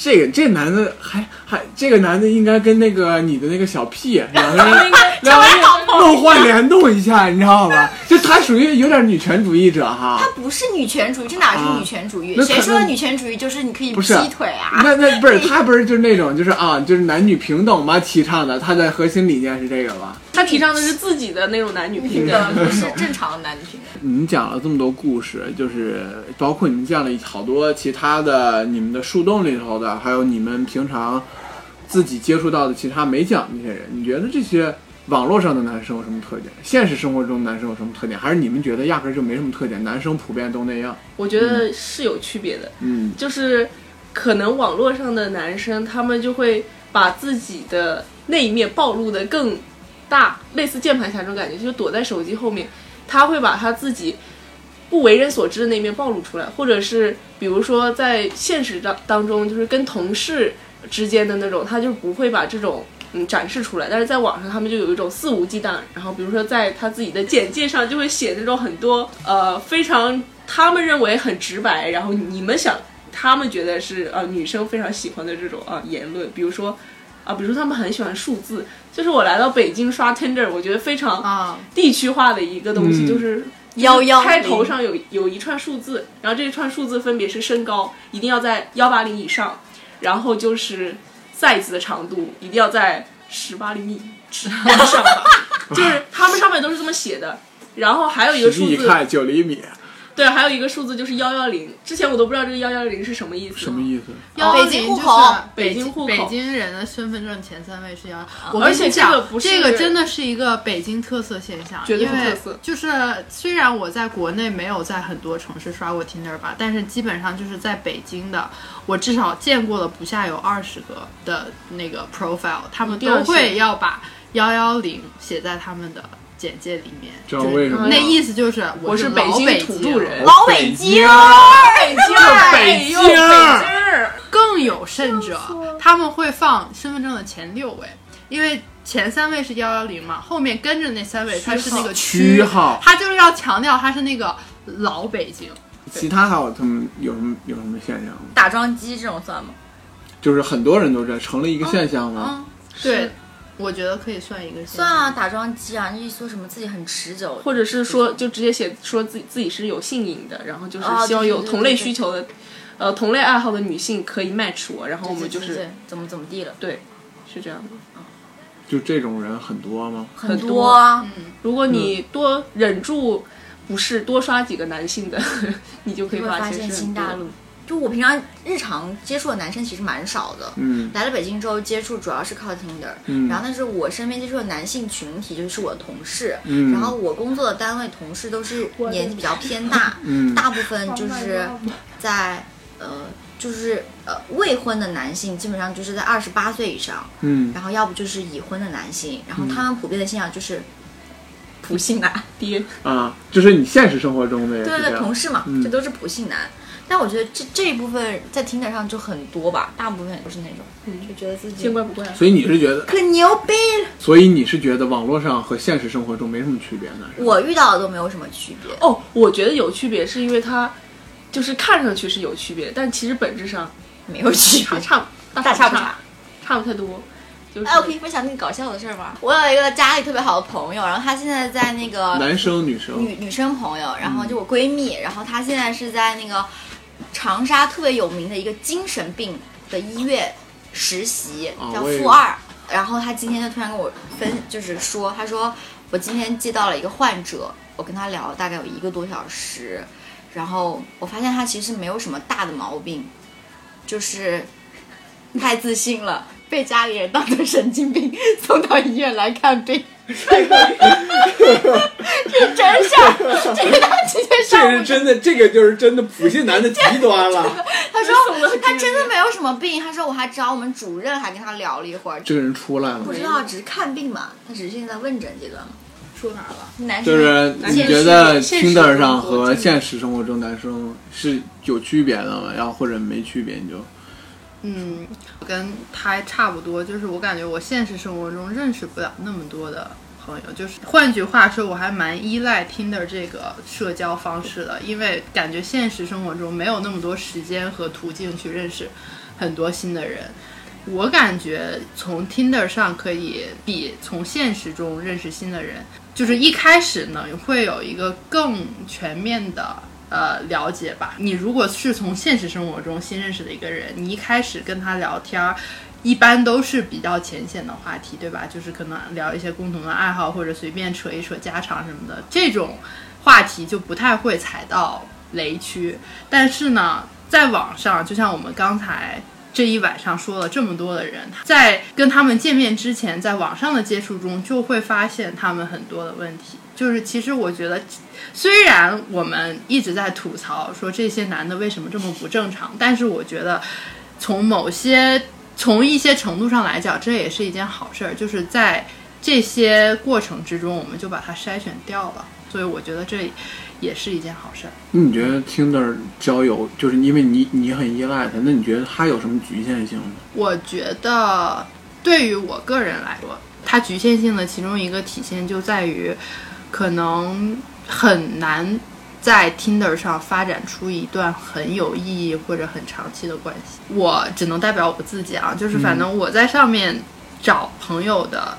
Speaker 5: 这个这男的还还这个男的应该跟那个你的那个小屁两个人两个人梦幻联动一下，你知道吧？就他属于有点女权主义者哈
Speaker 3: 她。不是女权主义，这哪
Speaker 5: 啊
Speaker 3: 是女权主义？
Speaker 5: 那
Speaker 3: 谁
Speaker 5: 可
Speaker 3: 说的
Speaker 5: 能
Speaker 3: 女权主义就是你可以
Speaker 5: 不是
Speaker 3: 劈腿啊？
Speaker 5: 那那不是他不是就是那种就是啊就是男女平等嘛提倡的，他的核心理念是这个吧？
Speaker 4: 他提倡的是自己的那种男女平
Speaker 3: 对
Speaker 4: 等。
Speaker 3: 吧不是正常的男女平等。
Speaker 5: 你们讲了这么多故事，就是包括你们见了好多其他的你们的树洞里头的，还有你们平常自己接触到的其他没讲的那些人，你觉得这些网络上的男生有什么特点？现实生活中的男生有什么特点？还是你们觉得压根儿就没什么特点？男生普遍都那样？
Speaker 4: 我觉得是有区别的，
Speaker 5: 嗯
Speaker 4: 就是可能网络上的男生，他们就会把自己的那一面暴露的更大，类似键盘侠这种感觉，就是躲在手机后面，他会把他自己不为人所知的那一面暴露出来，或者是比如说在现实当当中，就是跟同事之间的那种，他就不会把这种。嗯，展示出来，但是在网上他们就有一种肆无忌惮，然后比如说在他自己的简介上就会写那种很多呃非常他们认为很直白，然后你们想他们觉得是呃女生非常喜欢的这种啊、呃言论，比如说啊、比如说他们很喜欢数字，就是我来到北京刷 Tinder，我觉得非常
Speaker 7: 啊，
Speaker 4: 地区化的一个东西，
Speaker 5: 嗯
Speaker 4: 就是
Speaker 3: 110
Speaker 4: 开头上有有一串数字，然后这一串数字分别是身高，一定要在幺八零以上，然后就是 size 的长度一定要在十八厘米之上 吧，就是他们上面都是这么写的。然后还有一个
Speaker 5: 实
Speaker 4: 数
Speaker 5: 际一
Speaker 4: 字，
Speaker 5: 看九厘米，
Speaker 4: 对，还有一个数字就是幺幺零。之前我都不知道这个幺幺零是什么意思，
Speaker 5: 什么意思？
Speaker 7: 幺
Speaker 3: 北
Speaker 7: 零
Speaker 3: 京
Speaker 7: 就
Speaker 3: 户
Speaker 7: 是
Speaker 3: 口
Speaker 4: 北
Speaker 7: 北
Speaker 4: 京户口啊
Speaker 7: 北京人的身份证前三位是幺。我
Speaker 4: 而
Speaker 7: 跟
Speaker 4: 且
Speaker 7: 你
Speaker 4: 这个
Speaker 7: 讲，
Speaker 4: 不是
Speaker 7: 这个真的是一个北京特色现象，
Speaker 4: 绝对是
Speaker 7: 因为
Speaker 4: 特色
Speaker 7: 就是虽然我在国内没有在很多城市刷过 Tinder 吧，但是基本上就是在北京的，我至少见过了不下有二十个的那个 profile，他们
Speaker 4: 一定要
Speaker 7: 都会
Speaker 4: 写
Speaker 7: 要把幺幺零写在他们的简介里面。
Speaker 5: 知道为什么吗？
Speaker 7: 那意思就是
Speaker 4: 我是
Speaker 7: 是
Speaker 4: 北
Speaker 7: 老
Speaker 4: 京
Speaker 7: 北
Speaker 4: 土著人
Speaker 3: 老北京儿，北京儿，
Speaker 5: 北京
Speaker 4: 又北京儿，
Speaker 7: 更有甚者，他们会放身份证的前六位。因为前三位是幺幺零嘛，后面跟着那三位它是那个
Speaker 5: 区号
Speaker 7: 它就是要强调它是那个老北京。
Speaker 5: 其他还有他们有什么有什么现象吗？
Speaker 3: 打桩机这种算吗？
Speaker 5: 就是很多人都这样成了一个现象
Speaker 3: 嗯，
Speaker 5: 吗？
Speaker 7: 对，我觉得可以算一个。
Speaker 3: 算。啊，打桩机啊，你一说什么自己很持久，
Speaker 4: 或者是说就直接写说自己自己是有性瘾的，然后就是
Speaker 3: 啊
Speaker 4: 希望
Speaker 3: 对对
Speaker 4: 有
Speaker 3: 对
Speaker 4: 同类
Speaker 3: 对
Speaker 4: 需求的，呃，同类爱好的女性可以 match 我，然后我
Speaker 3: 我
Speaker 4: 们就是
Speaker 3: 怎么怎么地了，
Speaker 4: 对，是这样的。嗯
Speaker 5: 就这种人很多吗？
Speaker 3: 很
Speaker 4: 多
Speaker 3: 多啊，
Speaker 4: 如果你多忍住不适，多刷几个男性的， 你就可以
Speaker 3: 你会发
Speaker 4: 现
Speaker 3: 现
Speaker 4: 是
Speaker 3: 新
Speaker 4: 很多
Speaker 3: 大陆。就我平常日常接触的男生其实蛮少的，
Speaker 5: 嗯
Speaker 3: 来了北京之后接触主要是靠 Tinder，、
Speaker 5: 嗯
Speaker 3: 然后但是我身边接触的男性群体就是我的同事，
Speaker 5: 嗯
Speaker 3: 然后我工作的单位同事都是年纪比较偏大，
Speaker 5: 嗯
Speaker 3: 大部分就是在呃就是呃未婚的男性基本上就是在二十八岁以上，
Speaker 5: 嗯
Speaker 3: 然后要不就是已婚的男性，然后他们普遍的现象就是普信男，
Speaker 4: 爹，
Speaker 5: 啊，就是你现实生活中的也是
Speaker 3: 对对
Speaker 5: 这
Speaker 3: 对，同
Speaker 5: 样。
Speaker 3: 事嘛，
Speaker 5: 嗯
Speaker 3: 这都是普信男。但我觉得这这一部分在 Tinder 上就很多吧，大部分也都是那种，就觉得自己
Speaker 4: 见怪不怪。
Speaker 5: 所以你是觉得，
Speaker 3: 可牛逼了。
Speaker 5: 所以你是觉得网络上和现实生活中没什么区别呢？
Speaker 3: 我遇到的都没有什么区别。
Speaker 4: 哦，我觉得有区别是因为它就是看上去是有区别，但其实本质上
Speaker 3: 没有区
Speaker 4: 差
Speaker 3: 别，
Speaker 4: 差
Speaker 3: 大
Speaker 4: 差
Speaker 3: 差不
Speaker 4: 差
Speaker 3: 差。
Speaker 4: 差不太多。就是
Speaker 3: 哎，我可以分享那个搞笑的事儿吗？我有一个家里特别好的朋友，然后她现在在那个
Speaker 5: 男生女生
Speaker 3: 女女生朋友，然
Speaker 5: 嗯
Speaker 3: 后就我闺蜜，然后她现在是在那个长沙特别有名的一个精神病的医院实习
Speaker 5: 哦，
Speaker 3: 叫
Speaker 5: 我也
Speaker 3: 负二。然后她今天就突然跟我分，就是说，她说我今天接到了一个患者，我跟他聊了大概有一个多小时，然后我发现他其实没有什么大的毛病，就是太自信了，被家里人当成神经病送到医院来看病。 这是真事儿，这是他今天上午
Speaker 8: 这是真的，这个就是真的普信男的极端了。
Speaker 3: 他说他真的没有什么病，他说我还找我们主任还跟他聊了一会儿，
Speaker 5: 这个人出来了
Speaker 3: 不
Speaker 5: 吗，
Speaker 3: 知道只是看病嘛，他只是现在问诊阶段嘛。
Speaker 7: 说哪儿了？
Speaker 3: 男生
Speaker 5: 就是
Speaker 3: 男
Speaker 5: 你
Speaker 3: 生
Speaker 5: 觉得
Speaker 4: 现实
Speaker 5: Tinder 上
Speaker 4: 生活
Speaker 5: 和
Speaker 4: 中
Speaker 5: 现实生活中男生是有区别的吗？然后或者没区别你就
Speaker 7: 嗯，跟他差不多，就是我感觉我现实生活中认识不了那么多的朋友，就是换句话说，我还蛮依赖 Tinder 这个社交方式的，因为感觉现实生活中没有那么多时间和途径去认识很多新的人。我感觉从 Tinder 上可以比从现实中认识新的人，就是一开始呢会有一个更全面的呃了解吧。你如果是从现实生活中新认识的一个人，你一开始跟他聊天儿，一般都是比较浅显的话题，对吧？就是可能聊一些共同的爱好，或者随便扯一扯家常什么的，这种话题就不太会踩到雷区。但是呢，在网上，就像我们刚才这一晚上说了这么多的人，在跟他们见面之前，在网上的接触中，就会发现他们很多的问题。就是其实我觉得，虽然我们一直在吐槽说这些男的为什么这么不正常，但是我觉得从某些从一些程度上来讲，这也是一件好事儿，就是在这些过程之中，我们就把它筛选掉了。所以我觉得这也是一件好事儿。
Speaker 5: 那你觉得 Tinder 交友就是因为你你很依赖他，那你觉得他有什么局限性吗？
Speaker 7: 我觉得对于我个人来说，它局限性的其中一个体现就在于，可能很难在 Tinder 上发展出一段很有意义或者很长期的关系。我只能代表我自己啊，就是反正我在上面找朋友的。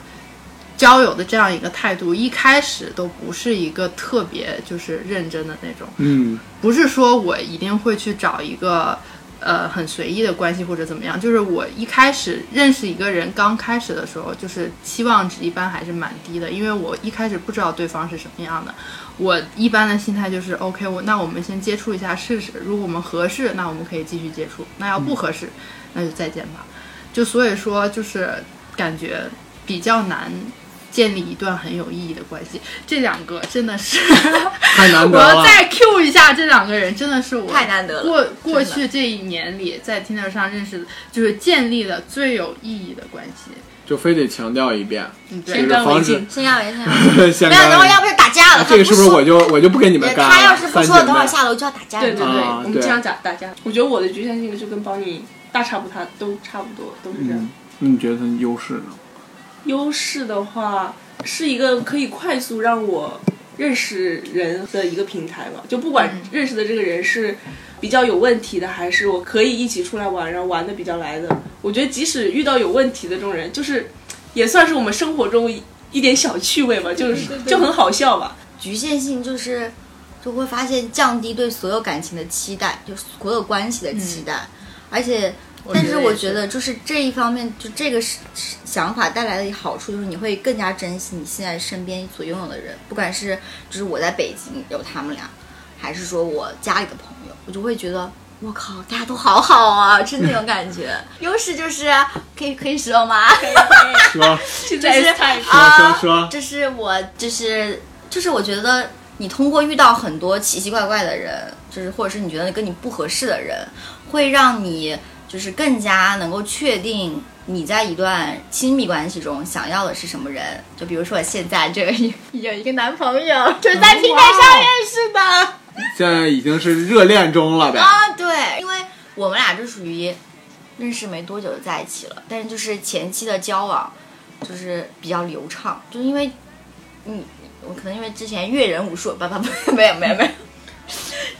Speaker 7: 交友的这样一个态度，一开始都不是一个特别就是认真的那种，
Speaker 5: 嗯，
Speaker 7: 不是说我一定会去找一个呃很随意的关系或者怎么样，就是我一开始认识一个人刚开始的时候，就是期望值一般还是蛮低的，因为我一开始不知道对方是什么样的，我一般的心态就是 OK，我那我们先接触一下试试，如果我们合适，那我们可以继续接触，那要不合适，那就再见吧。就所以说，就是感觉比较难。建立一段很有意义的关系，这两个真的是
Speaker 5: 太难得
Speaker 7: 我要
Speaker 5: 了。
Speaker 7: 再 Q 一下这两个人，真的是我
Speaker 3: 太难得了，
Speaker 7: 过过去这一年里在 Tinder 上认识的，就是建立了最有意义的关系。
Speaker 5: 就非得强调一遍，
Speaker 7: 嗯，
Speaker 5: 这
Speaker 7: 对，
Speaker 5: 个防止
Speaker 3: 先要 为先要，
Speaker 5: 先
Speaker 3: 没有，等会儿
Speaker 5: 干
Speaker 3: 要不就打架了。
Speaker 5: 啊这个是不是
Speaker 3: 说
Speaker 5: 我就我就不跟你们干了？
Speaker 3: 他要是不
Speaker 5: 三
Speaker 3: 说，
Speaker 5: 姐
Speaker 3: 等会儿
Speaker 5: 妹，
Speaker 3: 下楼就要打架了。
Speaker 4: 对对对，
Speaker 5: 啊
Speaker 4: 我们
Speaker 5: 对
Speaker 4: 经常打打架。我觉得我的局限
Speaker 5: 嗯
Speaker 4: 性就跟保你大差不差，都差不多，都是这样。
Speaker 5: 嗯，那你觉得他的优势呢？
Speaker 4: 优势的话，是一个可以快速让我认识人的一个平台吧。就不管认识的这个人是比较有问题的，还是我可以一起出来玩，然后玩的比较来的，我觉得即使遇到有问题的这种人，就是也算是我们生活中一一点小趣味吧，就是就很好笑吧。
Speaker 3: 局限性就是，就会发现降低对所有感情的期待，就所有关系的期待，而且，但是嗯我觉得就是这一方面，就这个是是想法带来的好处就是你会更加珍惜你现在身边所拥有的人，不管是就是我在北京有他们俩，还是说我家里的朋友，我就会觉得。我靠，大家都好好啊，是那种感 觉。优势就是啊可以可以说吗？
Speaker 5: 说
Speaker 4: 现
Speaker 3: 就是
Speaker 5: 说
Speaker 3: 啊，
Speaker 5: 说
Speaker 3: 这是我，就是就是我觉得你通过遇到很多奇奇怪怪的人，就是或者是你觉得跟你不合适的人，会让你就是更加能够确定你在一段亲密关系中想要的是什么人。就比如说我现在这有一个男朋友，就是在平台上认识的。
Speaker 5: 现在已经是热恋中了 呗。
Speaker 3: 啊，对，因为我们俩就属于认识没多久就在一起了，但是就是前期的交往就是比较流畅，就是因为你我可能因为之前阅人无数，不不不，没有没有 没有，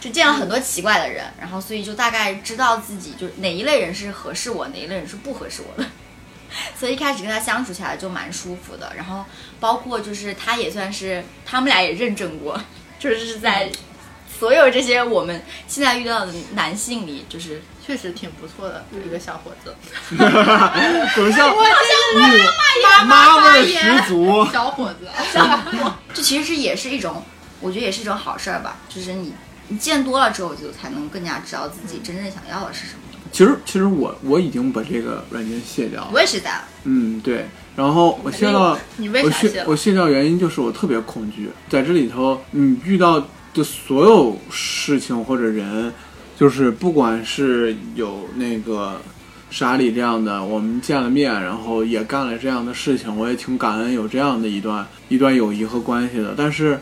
Speaker 3: 就见了很多奇怪的人，然后所以就大概知道自己就是哪一类人是合适我，哪一类人是不合适我的。 所以一开始跟他相处起来就蛮舒服的，然后包括就是他也算是他们俩也认证过，就是在所有这些我们现在遇到的男性里，就是
Speaker 7: 确实挺不错的一个小伙子，
Speaker 5: 怎么像妈妈妈味儿十足？
Speaker 7: 小伙子啊，
Speaker 3: 这其实是也是一种，我觉得也是一种好事儿吧。就是你你见多了之后，就才能更加知道自己真正想要的是什么。
Speaker 5: 其实其实我我已经把这个软件卸掉了。
Speaker 3: 我也哎是在，
Speaker 5: 嗯，对。然后我卸掉，
Speaker 7: 你为
Speaker 5: 我
Speaker 7: 啥
Speaker 5: 卸
Speaker 7: 卸了？
Speaker 5: 我卸掉原因就是我特别恐惧，在这里头，你遇到的所有事情或者人，就是不管是有那个沙里这样的，我们见了面，然后也干了这样的事情，我也挺感恩有这样的一段一段友谊和关系的。但是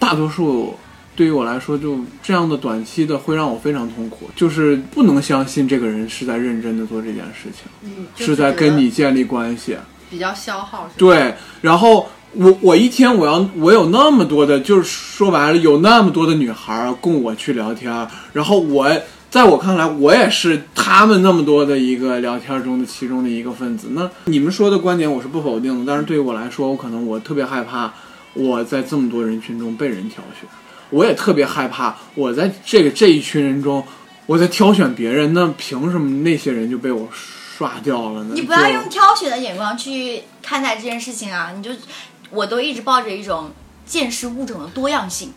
Speaker 5: 大多数对于我来说，就这样的短期的会让我非常痛苦，就是不能相信这个人是在认真的做这件事情，
Speaker 7: 嗯
Speaker 5: 是在跟你建立关系。
Speaker 7: 比较消耗，是吧，
Speaker 5: 对，然后我我一天我要我有那么多的，就是说白了有那么多的女孩儿供我去聊天儿，然后我在我看来我也是他们那么多的一个聊天中的其中的一个分子。那你们说的观点我是不否定的，但是对于我来说，我可能我特别害怕我在这么多人群中被人挑选，我也特别害怕我在这个这一群人中。我在挑选别人，那凭什么那些人就被我刷掉了呢？
Speaker 3: 你不要
Speaker 5: 就
Speaker 3: 用挑选的眼光去看待这件事情啊！你就我都一直抱着一种见识物种的多样性。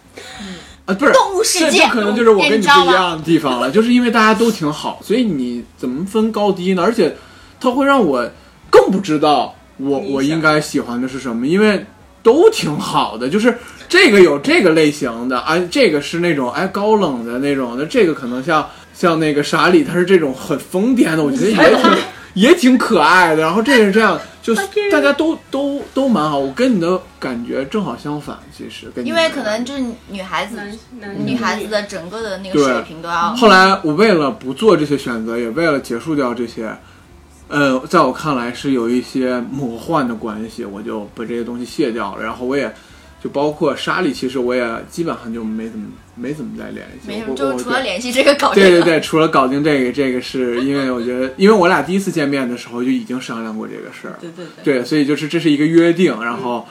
Speaker 5: 啊，不是
Speaker 3: 动物世界
Speaker 5: 这这可能就是我跟
Speaker 3: 你
Speaker 5: 你
Speaker 3: 知
Speaker 5: 不
Speaker 3: 道
Speaker 5: 一
Speaker 3: 吗
Speaker 5: 样的地方了，就是因为大家都挺好，所以你怎么分高低呢？而且它会让我更不知道我
Speaker 4: 你
Speaker 5: 我
Speaker 4: 想
Speaker 5: 应该喜欢的是什么，因为都挺好的，就是这个有这个类型的，哎，这个是那种哎高冷的那种的，这个可能像像那个傻里，他是这种很疯癫的，我觉得也挺 也挺可爱的。然后这个是这样，
Speaker 3: 啊
Speaker 5: 就是大家都都都蛮好，我跟你的感觉正好相反，其实跟你
Speaker 3: 因为
Speaker 5: 的
Speaker 3: 可能就是女孩子，
Speaker 4: 男男
Speaker 3: 女孩子的整个的那个啊水平都要。
Speaker 5: 后来我为了不做这些选择，也为了结束掉这些，呃，在我看来是有一些魔幻的关系，我就把这些东西卸掉了。然后我也就包括沙莉，其实我也基本上就没怎么没怎么再联系，
Speaker 3: 没什
Speaker 5: 我
Speaker 3: 么，就是
Speaker 5: 我
Speaker 3: 除了
Speaker 5: 对
Speaker 3: 联系这个搞这
Speaker 5: 对对
Speaker 3: 个，
Speaker 5: 对，除了搞定这个，这个是因为我觉得，因为我俩第一次见面的时候就已经商量过这个事儿，
Speaker 7: 对对对，
Speaker 5: 对，所以就是这是一个约定，然后。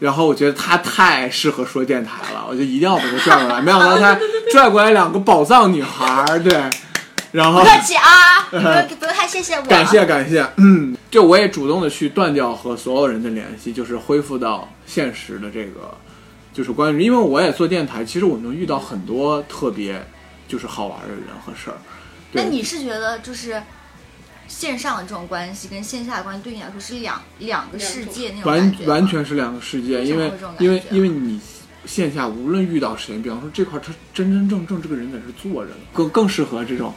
Speaker 5: 然后我觉得他太适合说电台了，我就一定要把他拽过来。没想到他拽过来两个宝藏女孩儿，对，然后
Speaker 3: 不客气 啊，不用不用太谢谢我。啊
Speaker 5: 感谢感谢，嗯，就我也主动的去断掉和所有人的联系，就是恢复到现实的这个就是关于，因为我也做电台，其实我能遇到很多特别就是好玩的人和事儿。对
Speaker 3: 那你是觉得就是线上的这种关系跟线下的关系对你来说是两两个世界那种
Speaker 5: 完
Speaker 3: 感觉吗
Speaker 5: 完全是两个世界，
Speaker 3: 为什
Speaker 5: 因
Speaker 3: 么
Speaker 5: 为
Speaker 3: 会这种感
Speaker 5: 因为
Speaker 3: 觉
Speaker 5: 因为你线下无论遇到谁，比方说这块儿他真真正正这个人在这坐着呢，更更适合这种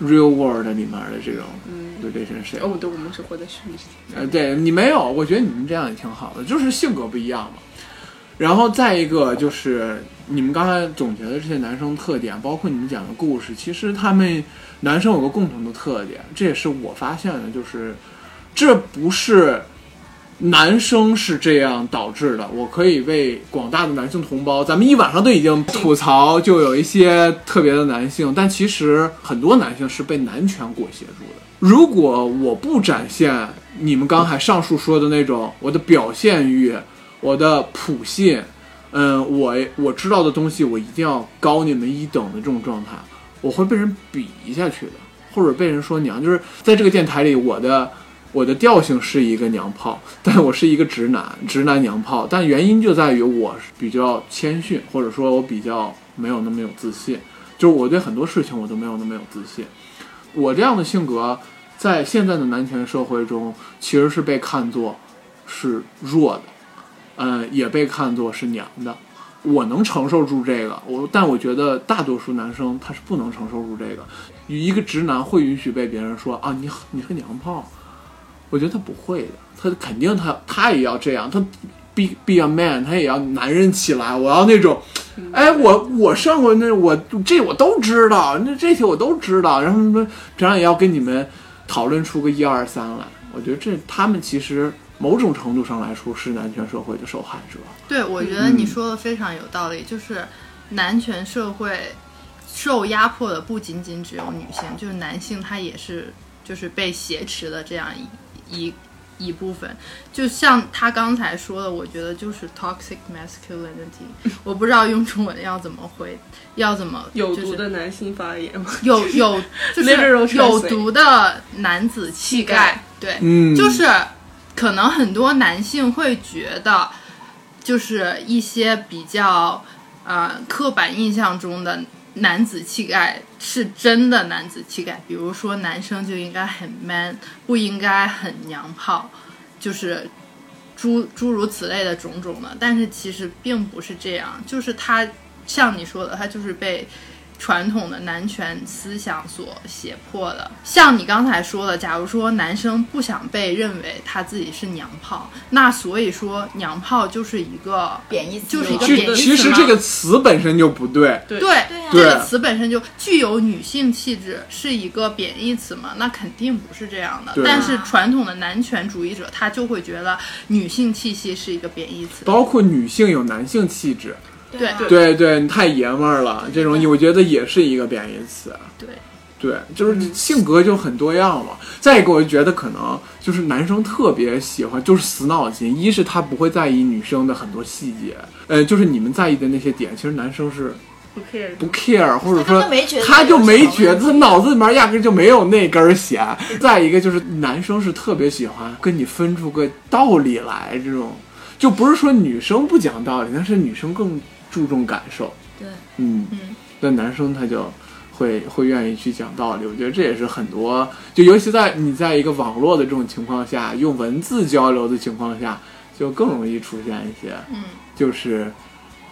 Speaker 5: real world 里面的这种，
Speaker 3: 嗯
Speaker 5: 对这是谁？
Speaker 4: 哦，对，我们是活在虚拟世界。
Speaker 5: 呃，对你没有，我觉得你们这样也挺好的，就是性格不一样嘛。然后再一个就是你们刚才总结的这些男生特点，包括你们讲的故事，其实他们男生有个共同的特点，这也是我发现的，就是这不是男生是这样导致的，我可以为广大的男性同胞，咱们一晚上都已经吐槽，就有一些特别的男性，但其实很多男性是被男权裹挟住的。如果我不展现你们刚才上述说的那种我的表现欲、我的普信，嗯，我我知道的东西，我一定要高你们一等的这种状态，我会被人比下去的，或者被人说娘。就是在这个电台里，我的我的调性是一个娘炮， 但我是一个直男，直男娘炮。但原因就在于我是比较谦逊，或者说我比较没有那么有自信，就是我对很多事情我都没有那么有自信。我这样的性格，在现在的男权社会中，其实是被看作是弱的。嗯，也被看作是娘的。我能承受住这个，我但我觉得大多数男生他是不能承受住这个。一个直男会允许被别人说啊，你很你很娘炮，我觉得他不会的，他肯定他他也要这样，他 be be a man，他也要男人起来，我要那种，
Speaker 7: 嗯
Speaker 5: 哎，我我上过那我这我都知道，那这些我都知道，然后什么平常也要跟你们讨论出个一二三来。我觉得这他们其实某种程度上来说是男权社会的受害者。
Speaker 7: 对，我觉得你说的非常有道理，就是男权社会受压迫的不仅仅只有女性，就是男性他也是就是被挟持的这样一一一部分。就像他刚才说的，我觉得就是 toxic masculinity，我不知道用中文要怎么回，要怎么
Speaker 4: 有
Speaker 7: 就
Speaker 4: 毒
Speaker 7: 是
Speaker 4: 的男性发言吗？
Speaker 7: 有有就
Speaker 4: Literal
Speaker 7: 是
Speaker 4: translate
Speaker 7: 有毒的男子气概，对，
Speaker 5: 嗯
Speaker 7: 就是可能很多男性会觉得，就是一些比较呃刻板印象中的男子气概是真的男子气概，比如说男生就应该很 man，不应该很娘炮，就是诸诸如此类的种种的，但是其实并不是这样，就是他像你说的，他就是被传统的男权思想所胁迫的。像你刚才说的，假如说男生不想被认为他自己是娘炮，那所以说娘炮就是一个
Speaker 9: 贬义词
Speaker 7: 就是一
Speaker 9: 嘛
Speaker 7: 个
Speaker 5: 其
Speaker 7: 贬
Speaker 5: 实
Speaker 7: 义词
Speaker 5: 其实
Speaker 7: 嘛
Speaker 5: 这个词本身就不对，
Speaker 4: 对
Speaker 7: 对
Speaker 9: 对啊
Speaker 7: 这
Speaker 5: 对
Speaker 7: 个词本身就具有女性气质，是一个贬义词嘛？那肯定不是这样的
Speaker 5: 对。
Speaker 7: 但是传统的男权主义者他就会觉得女性气息是一个贬义词。
Speaker 5: 包括女性有男性气质，
Speaker 7: 对
Speaker 9: 啊
Speaker 4: 对
Speaker 5: 对对，你太爷们儿了，这种我觉得也是一个贬义词。
Speaker 7: 对
Speaker 5: 对，就是性格就很多样嘛。再一个，我就觉得可能就是男生特别喜欢就是死脑筋，一是他不会在意女生的很多细节，呃，就是你们在意的那些点，其实男生是
Speaker 4: 不 care
Speaker 5: 不 care，或者
Speaker 9: 他根
Speaker 5: 说
Speaker 9: 本没觉得
Speaker 5: 他就没觉
Speaker 9: 有
Speaker 5: 得，他脑子里面压根就没有那根弦。再一个就是男生是特别喜欢跟你分出个道理来，这种就不是说女生不讲道理，但是女生更注重感受。
Speaker 9: 对，
Speaker 5: 嗯
Speaker 7: 嗯，
Speaker 5: 那男生他就。会会愿意去讲道理，我觉得这也是很多，就尤其在你在一个网络的这种情况下，用文字交流的情况下，就更容易出现一些，
Speaker 7: 嗯，
Speaker 5: 就是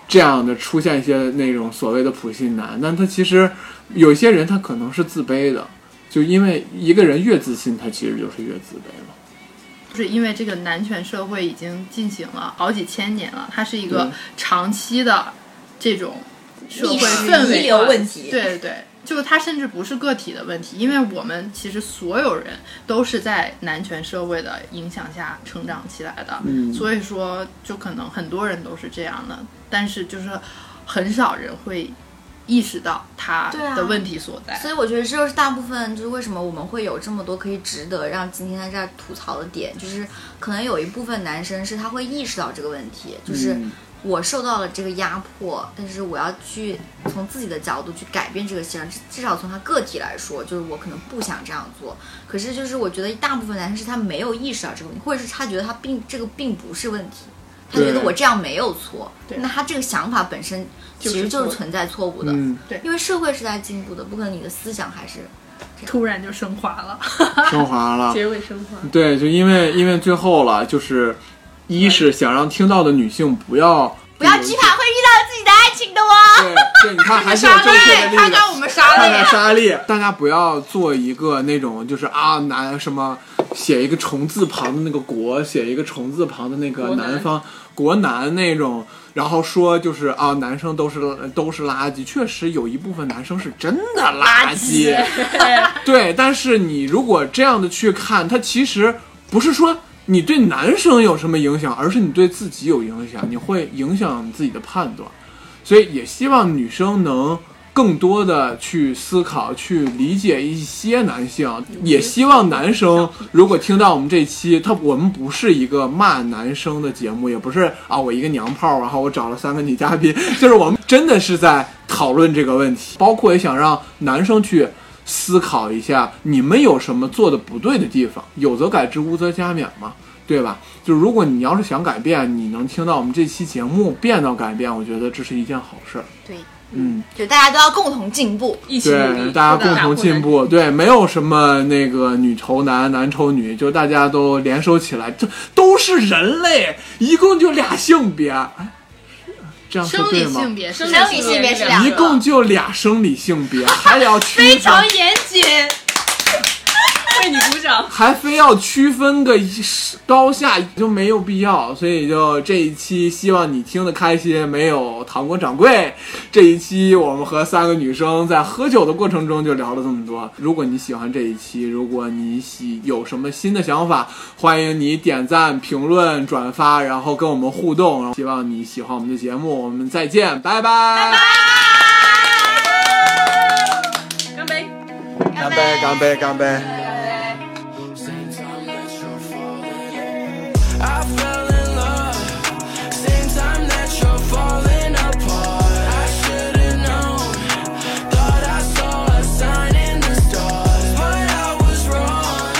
Speaker 5: 这样的出现一些那种所谓的普信男，但他其实有些人他可能是自卑的，就因为一个人越自信，他其实就是越自卑了。
Speaker 7: 就是因为这个男权社会已经进行了好几千年了，它是一
Speaker 5: 对
Speaker 7: 个长期的这种社会
Speaker 9: 历史
Speaker 7: 氛围
Speaker 9: 遗留
Speaker 7: 的
Speaker 9: 问题
Speaker 7: 对对对，就是它甚至不是个体的问题，因为我们其实所有人都是在男权社会的影响下成长起来的，
Speaker 5: 嗯
Speaker 7: 所以说就可能很多人都是这样的，但是就是很少人会意识到他
Speaker 9: 对啊
Speaker 7: 的问题所在。
Speaker 9: 所以我觉得这就是大部分，就是为什么我们会有这么多可以值得让今天在这儿吐槽的点，就是可能有一部分男生是他会意识到这个问题，就是
Speaker 5: 嗯
Speaker 9: 我受到了这个压迫，但是我要去从自己的角度去改变这个现象，至至少从他个体来说，就是我可能不想这样做。可是就是我觉得大部分男生是他没有意识到这个问题，或者是他觉得他并这个并不是问题。他觉得
Speaker 5: 对
Speaker 9: 我这样没有错，
Speaker 7: 对
Speaker 9: 那他这个想法本身其
Speaker 4: 就是
Speaker 9: 实就
Speaker 4: 错
Speaker 9: 是
Speaker 4: 的
Speaker 9: 存在错误的。
Speaker 5: 嗯，
Speaker 9: 因为社会是在进步的，不可能你的思想还是
Speaker 7: 突然就升华了，
Speaker 5: 升华 了。
Speaker 4: 结尾升华。
Speaker 5: 对，就因为因为最后了，就是一是想让听到的女性不要
Speaker 9: 不要惧怕会遇到自己的爱情的哦。
Speaker 5: 对对，你 看还是有正确的例子。
Speaker 7: 我们杀
Speaker 5: 看看沙粒，大家不要做一个那种就是啊男什么写一个虫字旁的那个国，写一个虫字旁的那个
Speaker 4: 国男
Speaker 5: 南方国男那种，然后说就是啊男生都是都是垃圾，确实有一部分男生是真的垃圾，对，但是你如果这样的去看，他其实不是说你对男生有什么影响，而是你对自己有影响，你会影响你自己的判断，所以也希望女生能更多的去思考、去理解一些男性，也希望男生如果听到我们这期，他我们不是一个骂男生的节目，也不是啊我一个娘炮，然后我找了三个女嘉宾，就是我们真的是在讨论这个问题， 包括也想让男生去。思考一下，你们有什么做的不对的地方？有则改之，无则加勉嘛，对吧？就如果你要是想改变，你能听到我们这期节目，变到改变，我觉得这是一件好事儿。
Speaker 9: 对，
Speaker 5: 嗯，
Speaker 9: 就大家都要共同进步。
Speaker 4: 一起努
Speaker 5: 对，
Speaker 4: 力，
Speaker 5: 大家
Speaker 4: 都在
Speaker 5: 共同
Speaker 4: 打破
Speaker 5: 进
Speaker 4: 男
Speaker 5: 步，对，没有什么那个女仇男，男仇女，就大家都联手起来，这都是人类，一共就俩性别，哎，这样说
Speaker 7: 生
Speaker 5: 对
Speaker 7: 理
Speaker 5: 吗？
Speaker 7: 性别是
Speaker 9: 生理性别是
Speaker 4: 啊
Speaker 9: 两
Speaker 5: 一
Speaker 9: 个，
Speaker 5: 共就俩生理性别，还得要区分。
Speaker 4: 严谨，为你鼓掌。
Speaker 5: 还非要区分个高下，就没有必要。所以就这一期，希望你听得开心。没有糖果掌柜这一期，我们和三个女生在喝酒的过程中就聊了这么多。如果你喜欢这一期，如果你喜有什么新的想法，欢迎你点赞、评论、转发，然后跟我们互动。希望你喜欢我们的节目，我们再见，拜拜，
Speaker 4: 干杯！
Speaker 5: 干杯，干杯，干杯。
Speaker 10: I fell in love. Same time that you're falling apart. I should've known. Thought I saw a sign in the stars, but I was wrong.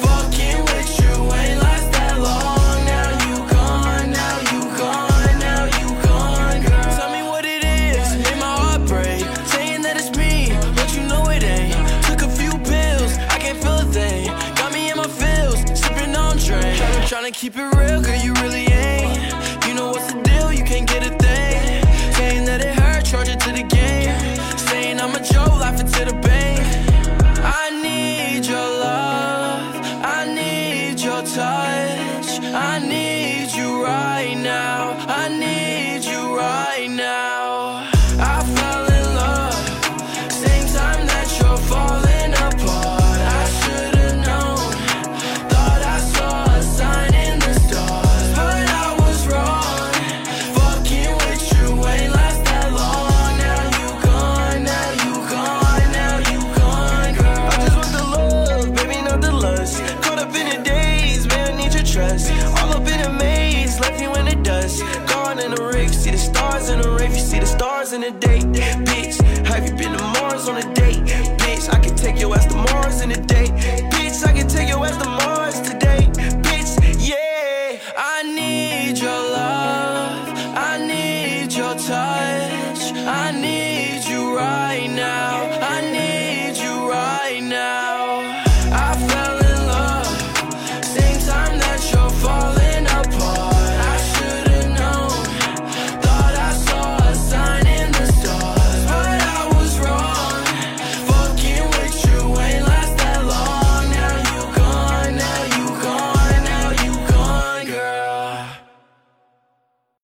Speaker 10: Fucking with you ain't last that long. Now you gone, now you gone, now you gone. Girl. Tell me what it is. Made my heart break. Saying that it's me, but you know it ain't. Took a few pills, I can't feel a thing. Got me in my feels, sipping on drain. Tryna keep it real, girl, you really ain't. You know what's the deal, you can't get a thing. Saying that it hurt, charge it to the game. Saying I'm a Joe, laughing to the bank. I need your love, I need your touch, I need.